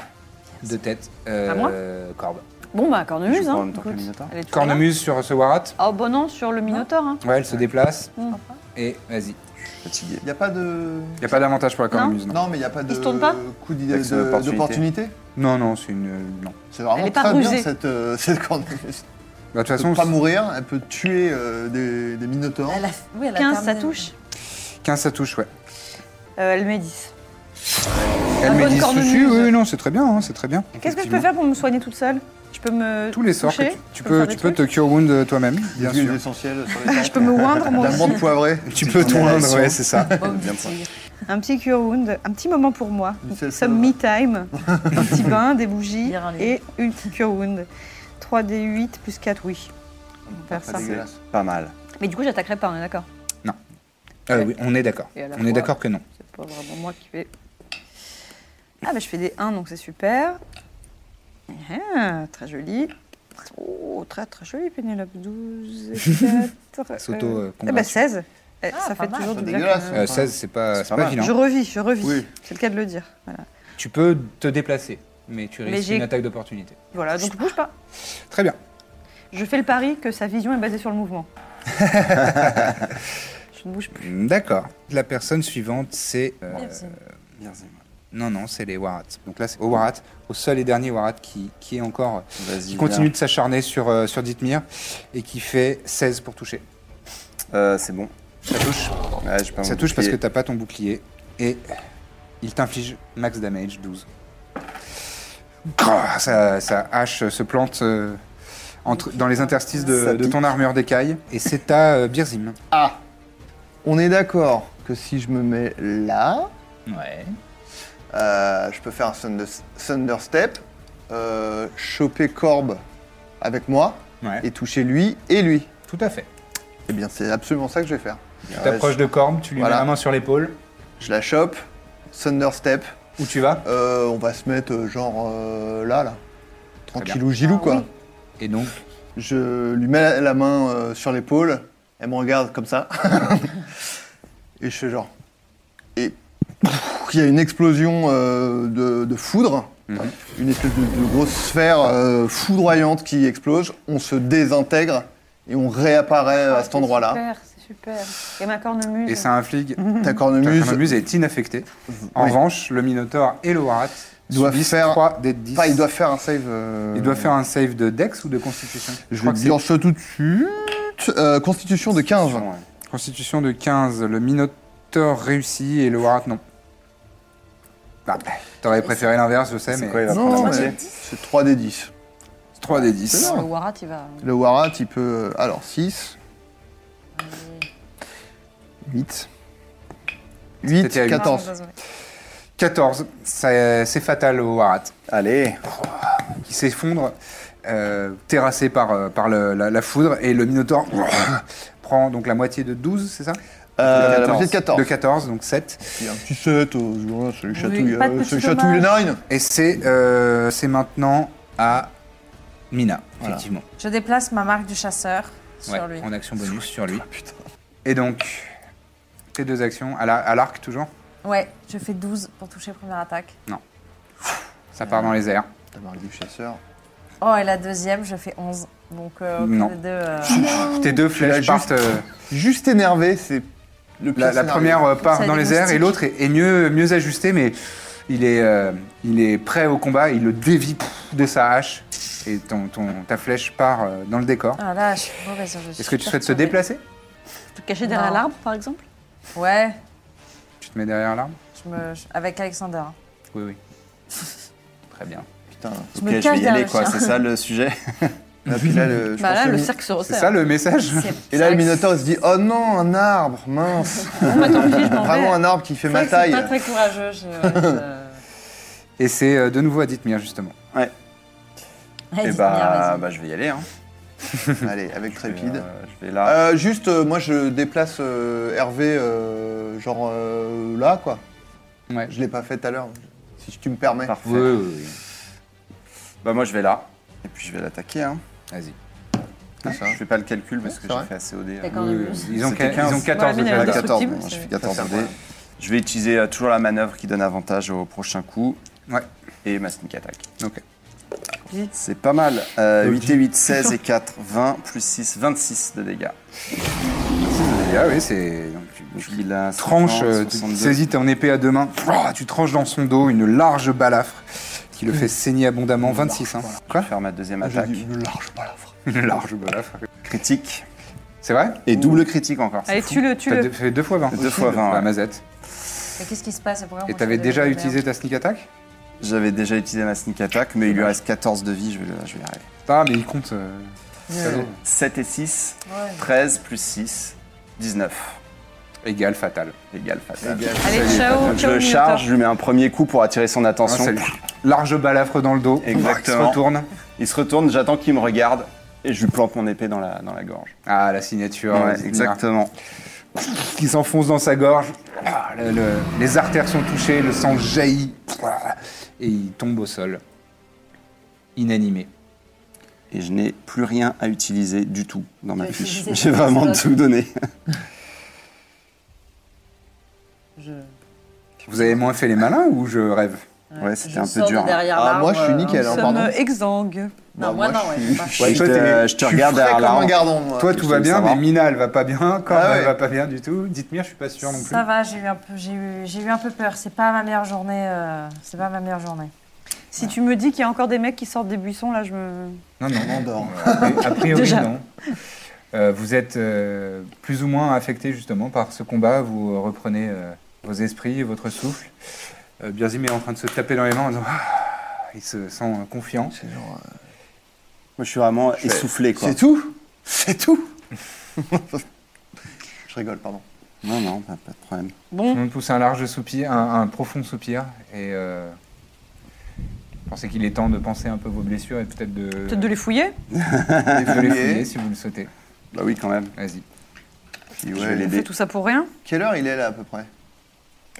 Speaker 1: deux têtes euh,
Speaker 5: À moi
Speaker 1: Corbe.
Speaker 5: Bon, bah,
Speaker 4: Je
Speaker 5: cornemuse,
Speaker 4: prends en
Speaker 5: hein.
Speaker 4: même temps que
Speaker 5: écoute.
Speaker 4: le Minotaur.
Speaker 5: Elle est toujours là.
Speaker 1: Cornemuse sur ce Warat.
Speaker 5: Ah bah non, sur le Minotaure, hein.
Speaker 1: Ouais, elle se déplace.
Speaker 5: Mm.
Speaker 1: Et vas-y.
Speaker 4: Fatigué.
Speaker 3: Il n'y a pas de.
Speaker 1: Il a pas d'avantage pour la cornemuse, non
Speaker 3: Non, mais il n'y a pas de
Speaker 5: se tourne pas
Speaker 3: coup d'idée
Speaker 4: D'axe
Speaker 3: de-
Speaker 4: d'opportunité.
Speaker 3: d'opportunité.
Speaker 1: Non, non, c'est une... euh, Non.
Speaker 3: C'est vraiment
Speaker 5: Elle est pas
Speaker 3: très bien
Speaker 5: rusée.
Speaker 3: cette, euh, [LAUGHS] cette cornemuse.
Speaker 1: Bah, de toute
Speaker 3: Elle peut
Speaker 1: façon,
Speaker 3: pas mourir, elle peut tuer euh, des, des minotaures.
Speaker 2: Elle a- oui, elle a
Speaker 5: 15, ça
Speaker 2: terminé.
Speaker 5: touche.
Speaker 1: 15 ça touche, ouais.
Speaker 5: Euh, elle met 10.
Speaker 1: Elle
Speaker 5: Ah, bonne
Speaker 1: met 10
Speaker 5: cornemuse.
Speaker 1: dessus, oui, oui, non, c'est très bien, hein, c'est très bien.
Speaker 5: Qu'est-ce que je
Speaker 1: Effectivement.
Speaker 5: peux faire pour me soigner toute seule Je peux me.
Speaker 1: Tous les sorts que
Speaker 5: toucher
Speaker 1: tu, tu
Speaker 5: Je me
Speaker 1: peux,
Speaker 5: faire
Speaker 1: tu
Speaker 5: des
Speaker 1: peux te
Speaker 5: trucs
Speaker 1: cure wound euh, toi-même, bien
Speaker 3: Des huiles
Speaker 1: sûr.
Speaker 3: essentielles [LAUGHS] sur les
Speaker 5: Je peux
Speaker 1: [LAUGHS]
Speaker 5: me oindre, moi
Speaker 3: La
Speaker 5: aussi.
Speaker 3: menthe poivrée.
Speaker 1: Tu peux te
Speaker 4: condamnation.
Speaker 1: moindre, ouais, c'est ça.
Speaker 2: Baume
Speaker 4: Bien
Speaker 2: du
Speaker 4: point.
Speaker 2: tigre.
Speaker 5: Un petit cure wound, un petit moment pour moi.
Speaker 3: Une seule
Speaker 5: Some
Speaker 1: [LAUGHS]
Speaker 5: me time. un petit bain, des bougies
Speaker 2: Lire un livre.
Speaker 5: et une petite cure wound. 3d8 plus 4, oui. On va faire
Speaker 3: Pas
Speaker 5: ça.
Speaker 3: dégueulasse.
Speaker 4: Pas mal.
Speaker 5: Mais du coup, j'attaquerai pas, on est d'accord
Speaker 1: Euh, oui, on est d'accord.
Speaker 5: Et à la
Speaker 1: On est
Speaker 5: fois-
Speaker 1: d'accord que non.
Speaker 5: C'est pas vraiment moi qui vais. Ah, bah je fais des 1, donc c'est super. Ah, très joli. Oh, très très joli, Pénélope.
Speaker 3: [LAUGHS]
Speaker 5: 12 et 4.
Speaker 1: Elle s'auto, euh,
Speaker 5: Eh
Speaker 1: combat.
Speaker 5: bah 16. Eh,
Speaker 2: Ah,
Speaker 5: ça
Speaker 2: pas
Speaker 5: fait
Speaker 2: mal.
Speaker 5: toujours du
Speaker 3: Pas
Speaker 5: bien.
Speaker 3: dégueulasse,
Speaker 5: quand même.
Speaker 1: Euh, 16, c'est pas, c'est
Speaker 4: pas
Speaker 1: pas
Speaker 4: mal.
Speaker 1: vilain.
Speaker 5: Je revis, je revis.
Speaker 3: Oui.
Speaker 5: C'est le cas de le dire. Voilà,
Speaker 1: Tu peux te déplacer, mais tu
Speaker 5: Mais
Speaker 1: risques
Speaker 5: j'ai-
Speaker 1: une attaque d'opportunité.
Speaker 5: Voilà, donc je bouge pas.
Speaker 1: Très bien.
Speaker 5: Je fais le pari que sa vision est basée sur
Speaker 3: [LAUGHS]
Speaker 5: le mouvement. je ne bouge plus.
Speaker 1: D'accord. La personne suivante, c'est... euh,
Speaker 2: Merci.
Speaker 1: non, non, c'est les Warats. Donc là, c'est au Warat, au seul et dernier Warat qui, qui est encore...
Speaker 4: Vas-y.
Speaker 1: qui continue
Speaker 4: viens.
Speaker 1: de s'acharner sur, euh, sur Dithmir et qui fait 16 pour toucher.
Speaker 4: Euh, c'est bon.
Speaker 1: Ça touche.
Speaker 4: Ouais, je
Speaker 1: Ça touche parce que t'as pas ton bouclier. Et il t'inflige max damage, 12. Grrr, Sa, sa hache se plante euh, entre, dans les interstices
Speaker 4: Ça
Speaker 1: de, de
Speaker 4: pique.
Speaker 1: ton armure d'écaille. Et c'est à euh, Birzim.
Speaker 3: Ah On est d'accord que si je me mets là,
Speaker 1: Ouais.
Speaker 3: euh, je peux faire un thunder, thunder step, euh, choper Corbe avec moi et toucher lui et lui.
Speaker 1: Tout à fait.
Speaker 3: Eh bien, c'est absolument ça que je vais faire.
Speaker 1: Tu t'approches de Corbe, tu lui
Speaker 3: Voilà.
Speaker 1: mets la main sur l'épaule.
Speaker 3: Je la chope, thunder step.
Speaker 1: Où tu vas
Speaker 3: euh, on va se mettre euh, genre euh, là, là.
Speaker 1: bien. Ah
Speaker 3: Tranquillou gilou quoi.
Speaker 1: Et donc,
Speaker 3: Je lui mets la- la main euh, sur l'épaule, elle me regarde
Speaker 1: [LAUGHS]
Speaker 3: comme ça. et je fais genre. Et il y a une explosion euh, de, de foudre,
Speaker 1: Mhm.
Speaker 3: une espèce de, de grosse sphère euh, foudroyante qui explose. On se désintègre et on réapparaît à cet endroit-là.
Speaker 5: Ah, C'est super, c'est super. Et ma cornemuse.
Speaker 1: et ça inflige.
Speaker 3: Ta
Speaker 1: Ta
Speaker 3: cornemuse
Speaker 1: cornemuse est inaffectée. En
Speaker 3: Oui.
Speaker 1: revanche, le Minotaur et le Warat
Speaker 3: doit
Speaker 1: subissent
Speaker 3: faire.
Speaker 1: 3 des 10.
Speaker 3: Enfin, il doit faire un save. euh,
Speaker 1: Il doit faire un save de Dex ou de Constitution
Speaker 3: Je
Speaker 1: crois
Speaker 3: vous
Speaker 1: que
Speaker 3: dire ça tout de suite. Euh, constitution de 15.
Speaker 1: c'est Constitution de 15. Le Minotaur réussit et le Warat non. Bah, t'aurais préféré l'inverse, je sais, mais.
Speaker 4: C'est quoi, il va
Speaker 3: Non,
Speaker 4: prendre la
Speaker 3: mais-
Speaker 4: moitié
Speaker 3: C'est 3 des 10.
Speaker 1: 3 des 10.
Speaker 2: Le Warat, il va.
Speaker 3: Le Warat, il peut. euh, Alors, 6. 8. 8,
Speaker 1: C'était à huit.
Speaker 3: 14.
Speaker 1: 14. ça- C'est fatal au Warat,
Speaker 4: Allez.
Speaker 1: qui s'effondre, euh, terrassé par, euh, par le- la, la foudre, et le Minotaur [COUGHS] prend donc la moitié de 12, c'est ça
Speaker 5: Ah,
Speaker 3: Euh,
Speaker 4: De
Speaker 3: la moitié de 14.
Speaker 1: De 14, donc 7.
Speaker 3: Il y a un petit 7, euh, ce jour-là, ça lui chatouille,
Speaker 5: pas de
Speaker 3: euh, ça lui
Speaker 5: petit
Speaker 3: chatouille les narines.
Speaker 1: Et c'est euh, c'est maintenant à Mina,
Speaker 3: Voilà.
Speaker 1: effectivement.
Speaker 2: Je déplace ma marque du chasseur sur
Speaker 1: Ouais,
Speaker 2: lui.
Speaker 1: En action bonus sur lui. Et donc, tes deux actions, à la- à l'arc toujours
Speaker 2: Ouais, je fais 12 pour toucher première attaque.
Speaker 1: Ça part dans les airs.
Speaker 3: La marque du chasseur.
Speaker 2: Oh, et la deuxième, je fais 11. Donc, euh, aucune
Speaker 1: Non.
Speaker 2: des deux,
Speaker 1: [LAUGHS]
Speaker 2: euh,
Speaker 1: Tes deux
Speaker 3: l'as
Speaker 1: flèches
Speaker 3: juste-
Speaker 1: partent. euh,
Speaker 3: Juste énervé, c'est le pire
Speaker 1: la, la
Speaker 3: scénario.
Speaker 1: première euh, part
Speaker 2: Ça a
Speaker 1: dans
Speaker 2: des
Speaker 1: les airs et
Speaker 2: moustiques.
Speaker 1: l'autre est, est mieux, mieux ajustée, mais il est, euh, il est prêt au combat. Il le dévie pff, de sa hache et ton, ton- ta flèche part euh, dans le décor.
Speaker 2: Ah là, je suis mauvaise. je
Speaker 1: Est-ce
Speaker 2: suis
Speaker 1: que tu souhaites se
Speaker 2: perturbée.
Speaker 1: déplacer
Speaker 5: Te cacher derrière
Speaker 2: Non.
Speaker 5: l'arbre, par exemple
Speaker 2: Ouais,
Speaker 1: Tu te mets derrière l'arme
Speaker 2: je me... je- avec Alexander. hein.
Speaker 1: Oui,
Speaker 2: [LAUGHS]
Speaker 1: oui. Très bien.
Speaker 4: Putain,
Speaker 2: Je
Speaker 4: ok,
Speaker 2: me
Speaker 4: je,
Speaker 2: cache
Speaker 4: vais y
Speaker 2: derrière
Speaker 4: aller,
Speaker 2: le
Speaker 4: quoi.
Speaker 2: chien.
Speaker 4: C'est ça le sujet.
Speaker 2: [LAUGHS]
Speaker 3: Et puis là, le, je
Speaker 5: Bah
Speaker 3: pense
Speaker 5: là,
Speaker 3: que
Speaker 5: le
Speaker 3: le-
Speaker 5: cercle se
Speaker 1: C'est
Speaker 5: resserre.
Speaker 1: ça le message
Speaker 3: Et là, le Minotaur il se dit Oh non, un arbre,
Speaker 5: [LAUGHS]
Speaker 3: mince
Speaker 5: Bon, bah, tant pis, je m'en vais.
Speaker 3: Vraiment un arbre qui fait ma taille.
Speaker 2: C'est pas très courageux. je-
Speaker 1: [LAUGHS]
Speaker 2: je-
Speaker 1: Et c'est euh, de nouveau à Dithmir, justement.
Speaker 2: Allez,
Speaker 1: Eh
Speaker 4: Et
Speaker 2: dites-moi,
Speaker 4: bah,
Speaker 2: vas-y.
Speaker 4: bah, je vais y [LAUGHS] aller. Hein.
Speaker 3: Allez, avec
Speaker 4: Je vais,
Speaker 3: trépide.
Speaker 4: euh, je vais là.
Speaker 3: Euh, juste, euh, moi je déplace euh, Hervé, euh, genre euh, là quoi.
Speaker 1: Ouais.
Speaker 3: Je l'ai pas fait tout à l'heure, si tu me permets.
Speaker 4: Parfait.
Speaker 1: Oui, oui, oui.
Speaker 4: Bah, moi, je vais là. Et puis, je vais l'attaquer. Hein.
Speaker 1: Vas-y.
Speaker 3: C'est ça.
Speaker 4: Je fais pas le calcul parce
Speaker 3: Ouais,
Speaker 4: que
Speaker 3: c'est
Speaker 4: j'ai
Speaker 3: vrai.
Speaker 4: fait assez hein. OD.
Speaker 2: D'accord.
Speaker 1: Oui, oui, oui. Ils ont,
Speaker 4: C'était
Speaker 1: quin- ils ont
Speaker 4: 15.
Speaker 1: 14
Speaker 2: Ouais, mais
Speaker 1: de
Speaker 2: elle a
Speaker 1: classe.
Speaker 4: 14,
Speaker 2: Indestructible,
Speaker 4: bon, je
Speaker 2: c'est-
Speaker 4: fais 14
Speaker 3: Ça sert
Speaker 4: dés.
Speaker 3: pas.
Speaker 4: Je vais utiliser euh, toujours la manœuvre qui donne avantage au prochain coup.
Speaker 1: Ouais.
Speaker 4: Et ma sneak attack.
Speaker 1: Ok.
Speaker 4: C'est pas mal. Euh, 8 et 8, 16 et 4, 20, plus 6, 26 de dégâts.
Speaker 1: Ah oui, c'est. donc, tu-
Speaker 4: Donc il a
Speaker 1: tranche,
Speaker 4: 50,
Speaker 1: euh, tu
Speaker 4: 62.
Speaker 1: saisis ton épée à deux mains, pouah, tu tranches dans son dos une large balafre qui le fait saigner abondamment. 26, hein.
Speaker 4: Je
Speaker 1: Quoi
Speaker 4: vais faire ma deuxième
Speaker 3: Je
Speaker 4: attaque.
Speaker 3: dis, ne lâche pas la phrase.
Speaker 1: [LAUGHS] Une large balafre.
Speaker 4: Critique.
Speaker 1: C'est vrai
Speaker 4: Et double critique encore.
Speaker 5: Allez, tue-le,
Speaker 1: T'as
Speaker 5: tue-le.
Speaker 1: deux- fait deux fois 20.
Speaker 4: Deux fois 20,
Speaker 1: Bah,
Speaker 4: ouais.
Speaker 1: Mazette.
Speaker 2: Mais qu'est-ce qui se passe pourquoi
Speaker 1: Et
Speaker 2: moi,
Speaker 1: t'avais
Speaker 2: je suis
Speaker 1: déjà
Speaker 2: devenue
Speaker 1: utilisé ta sneak attack
Speaker 4: J'avais déjà utilisé ma sneak attack, mais il lui reste 14 de vie, je vais, le- je vais y arriver.
Speaker 1: Ah, mais il compte. euh, salaud.
Speaker 4: 7 et 6,
Speaker 2: merde. Ouais.
Speaker 4: 13 plus 6, 19.
Speaker 1: Égal, fatal.
Speaker 4: Égal, fatal.
Speaker 5: Allez,
Speaker 1: Salut,
Speaker 5: ciao,
Speaker 4: Donc je
Speaker 5: ciao,
Speaker 4: le
Speaker 5: Minotaur.
Speaker 4: charge, je lui mets un premier coup pour attirer son
Speaker 1: Ah,
Speaker 4: attention.
Speaker 1: salut. large balafre dans le dos.
Speaker 4: Exactement.
Speaker 1: Il se retourne.
Speaker 4: il se retourne, j'attends qu'il me regarde et je lui plante mon épée dans la, dans la gorge.
Speaker 1: Ah, la signature.
Speaker 4: Ouais,
Speaker 1: Dithmir.
Speaker 4: exactement.
Speaker 1: qui s'enfonce dans sa gorge. Ah, le- le- les artères sont touchées, le sang jaillit. Ah, Et il tombe au sol. Inanimé.
Speaker 4: Et je n'ai plus rien à utiliser du tout dans ma fiche.
Speaker 2: utilisé
Speaker 4: J'ai
Speaker 2: tout,
Speaker 4: vraiment
Speaker 2: c'est
Speaker 4: tout donné.
Speaker 1: Vous avez moins fait les malins ou je rêve
Speaker 4: Ouais, c'était
Speaker 2: Je
Speaker 4: un peu
Speaker 2: sors de
Speaker 4: dur. hein.
Speaker 2: derrière
Speaker 3: Ah,
Speaker 2: l'arbre,
Speaker 3: moi, je suis
Speaker 2: euh,
Speaker 3: nickel,
Speaker 5: Nous
Speaker 3: hein,
Speaker 5: sommes
Speaker 3: pardon.
Speaker 5: exsangues.
Speaker 2: Non, moi, non, ouais, je marche.
Speaker 4: Ouais, je
Speaker 3: Toi,
Speaker 4: te-
Speaker 3: t'es-
Speaker 4: je te
Speaker 3: tu
Speaker 4: regarde
Speaker 3: frais
Speaker 4: derrière hein.
Speaker 3: comme un
Speaker 4: l'arbre.
Speaker 3: gardon. moi.
Speaker 1: Toi, tout va bien,
Speaker 4: savoir.
Speaker 1: mais Mina, elle va pas bien. Corbe,
Speaker 3: Ah ouais.
Speaker 1: elle va pas bien du tout. Dites-moi, je suis pas sûr non plus.
Speaker 2: Ça va, j'ai eu un peu, j'ai eu, j'ai eu un peu peur. C'est pas ma meilleure journée. euh, c'est pas ma meilleure journée.
Speaker 5: Si tu me dis qu'il y a encore des mecs qui sortent des buissons, là, je me.
Speaker 1: Non, non,
Speaker 3: On m'endort.
Speaker 1: [LAUGHS] A priori,
Speaker 5: Déjà.
Speaker 1: non. Euh, vous êtes euh, plus ou moins affecté justement par ce combat. Vous reprenez euh, vos esprits, votre souffle. Euh, Birzim est en train de se taper dans les mains en disant Ah il se sent euh, confiant.
Speaker 3: C'est genre, euh,
Speaker 4: Moi, je suis vraiment
Speaker 3: fais-
Speaker 4: essoufflé, quoi.
Speaker 3: C'est tout C'est tout [LAUGHS] Je rigole, pardon.
Speaker 4: Non, non, pas, pas de problème.
Speaker 1: Tout
Speaker 5: Bon,
Speaker 1: le monde pousse un large soupir, un, un profond soupir, et euh, pensez qu'il est temps de penser un peu vos blessures et peut-être de,
Speaker 5: peut-être de les fouiller.
Speaker 1: de les fouiller
Speaker 3: fouiller.
Speaker 1: si vous le souhaitez.
Speaker 4: Bah oui, quand même.
Speaker 1: Vas-y.
Speaker 4: Puis
Speaker 3: Je
Speaker 4: ouais,
Speaker 3: vais
Speaker 5: On
Speaker 4: l'aider.
Speaker 5: fait tout ça pour rien.
Speaker 3: Quelle heure il est là à peu près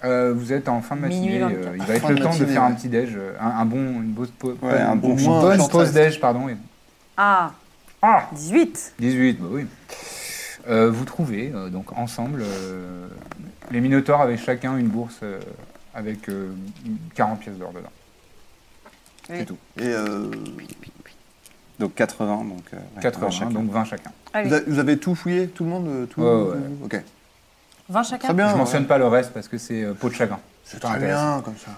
Speaker 1: Euh, vous êtes en fin de matinée.
Speaker 2: Minuit
Speaker 1: euh,
Speaker 2: 24.
Speaker 1: il va être
Speaker 3: Fin
Speaker 1: le
Speaker 3: de
Speaker 1: temps de
Speaker 3: matinée,
Speaker 1: faire un
Speaker 3: ouais.
Speaker 1: petit déj, euh, un, un bon, une bonne, po-
Speaker 4: Ouais, un bon
Speaker 1: une
Speaker 3: moins,
Speaker 1: bonne
Speaker 3: short
Speaker 1: pause
Speaker 3: rest.
Speaker 1: déj, pardon. et-
Speaker 5: Ah,
Speaker 1: Ah
Speaker 5: 18.
Speaker 1: 18, bah oui. Euh, vous trouvez euh, donc ensemble euh, les Minotaures avaient chacun une bourse euh, avec euh, 40 pièces d'or dedans. C'est
Speaker 5: Oui.
Speaker 1: tout.
Speaker 3: Et euh,
Speaker 4: Donc 80, donc... euh, ouais,
Speaker 1: 80,
Speaker 4: chacun.
Speaker 1: donc 20 chacun.
Speaker 5: Allez.
Speaker 3: vous, a- vous avez tout fouillé Tout le monde euh, tout,
Speaker 1: Ouais, ouais.
Speaker 3: tout- Ok.
Speaker 2: 20 chacun.
Speaker 3: Très bien.
Speaker 1: Je
Speaker 3: ouais.
Speaker 1: mentionne pas le reste parce que c'est euh, peau de chagrin.
Speaker 3: C'est
Speaker 1: pas
Speaker 3: très
Speaker 1: intéressant.
Speaker 3: bien comme ça.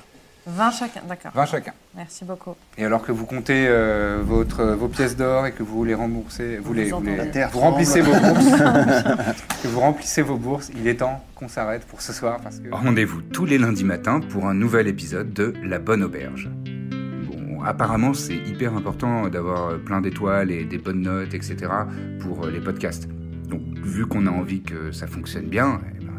Speaker 2: 20 chacun, d'accord.
Speaker 1: 20 chacun.
Speaker 2: Merci beaucoup.
Speaker 1: Et alors que vous comptez euh, votre, vos pièces d'or et que vous les remboursez, vous, les, vous, les-
Speaker 2: entendez. La
Speaker 3: terre
Speaker 1: vous remplissez vos
Speaker 3: tremble.
Speaker 1: bourses, que vous remplissez vos bourses, il est temps qu'on s'arrête pour ce soir parce que rendez-vous tous les lundis matins pour un nouvel épisode de La Bonne Auberge. Bon, apparemment c'est hyper important d'avoir euh, plein d'étoiles et des bonnes notes, etc. pour euh, les podcasts. Donc vu qu'on a envie que ça fonctionne bien, eh ben,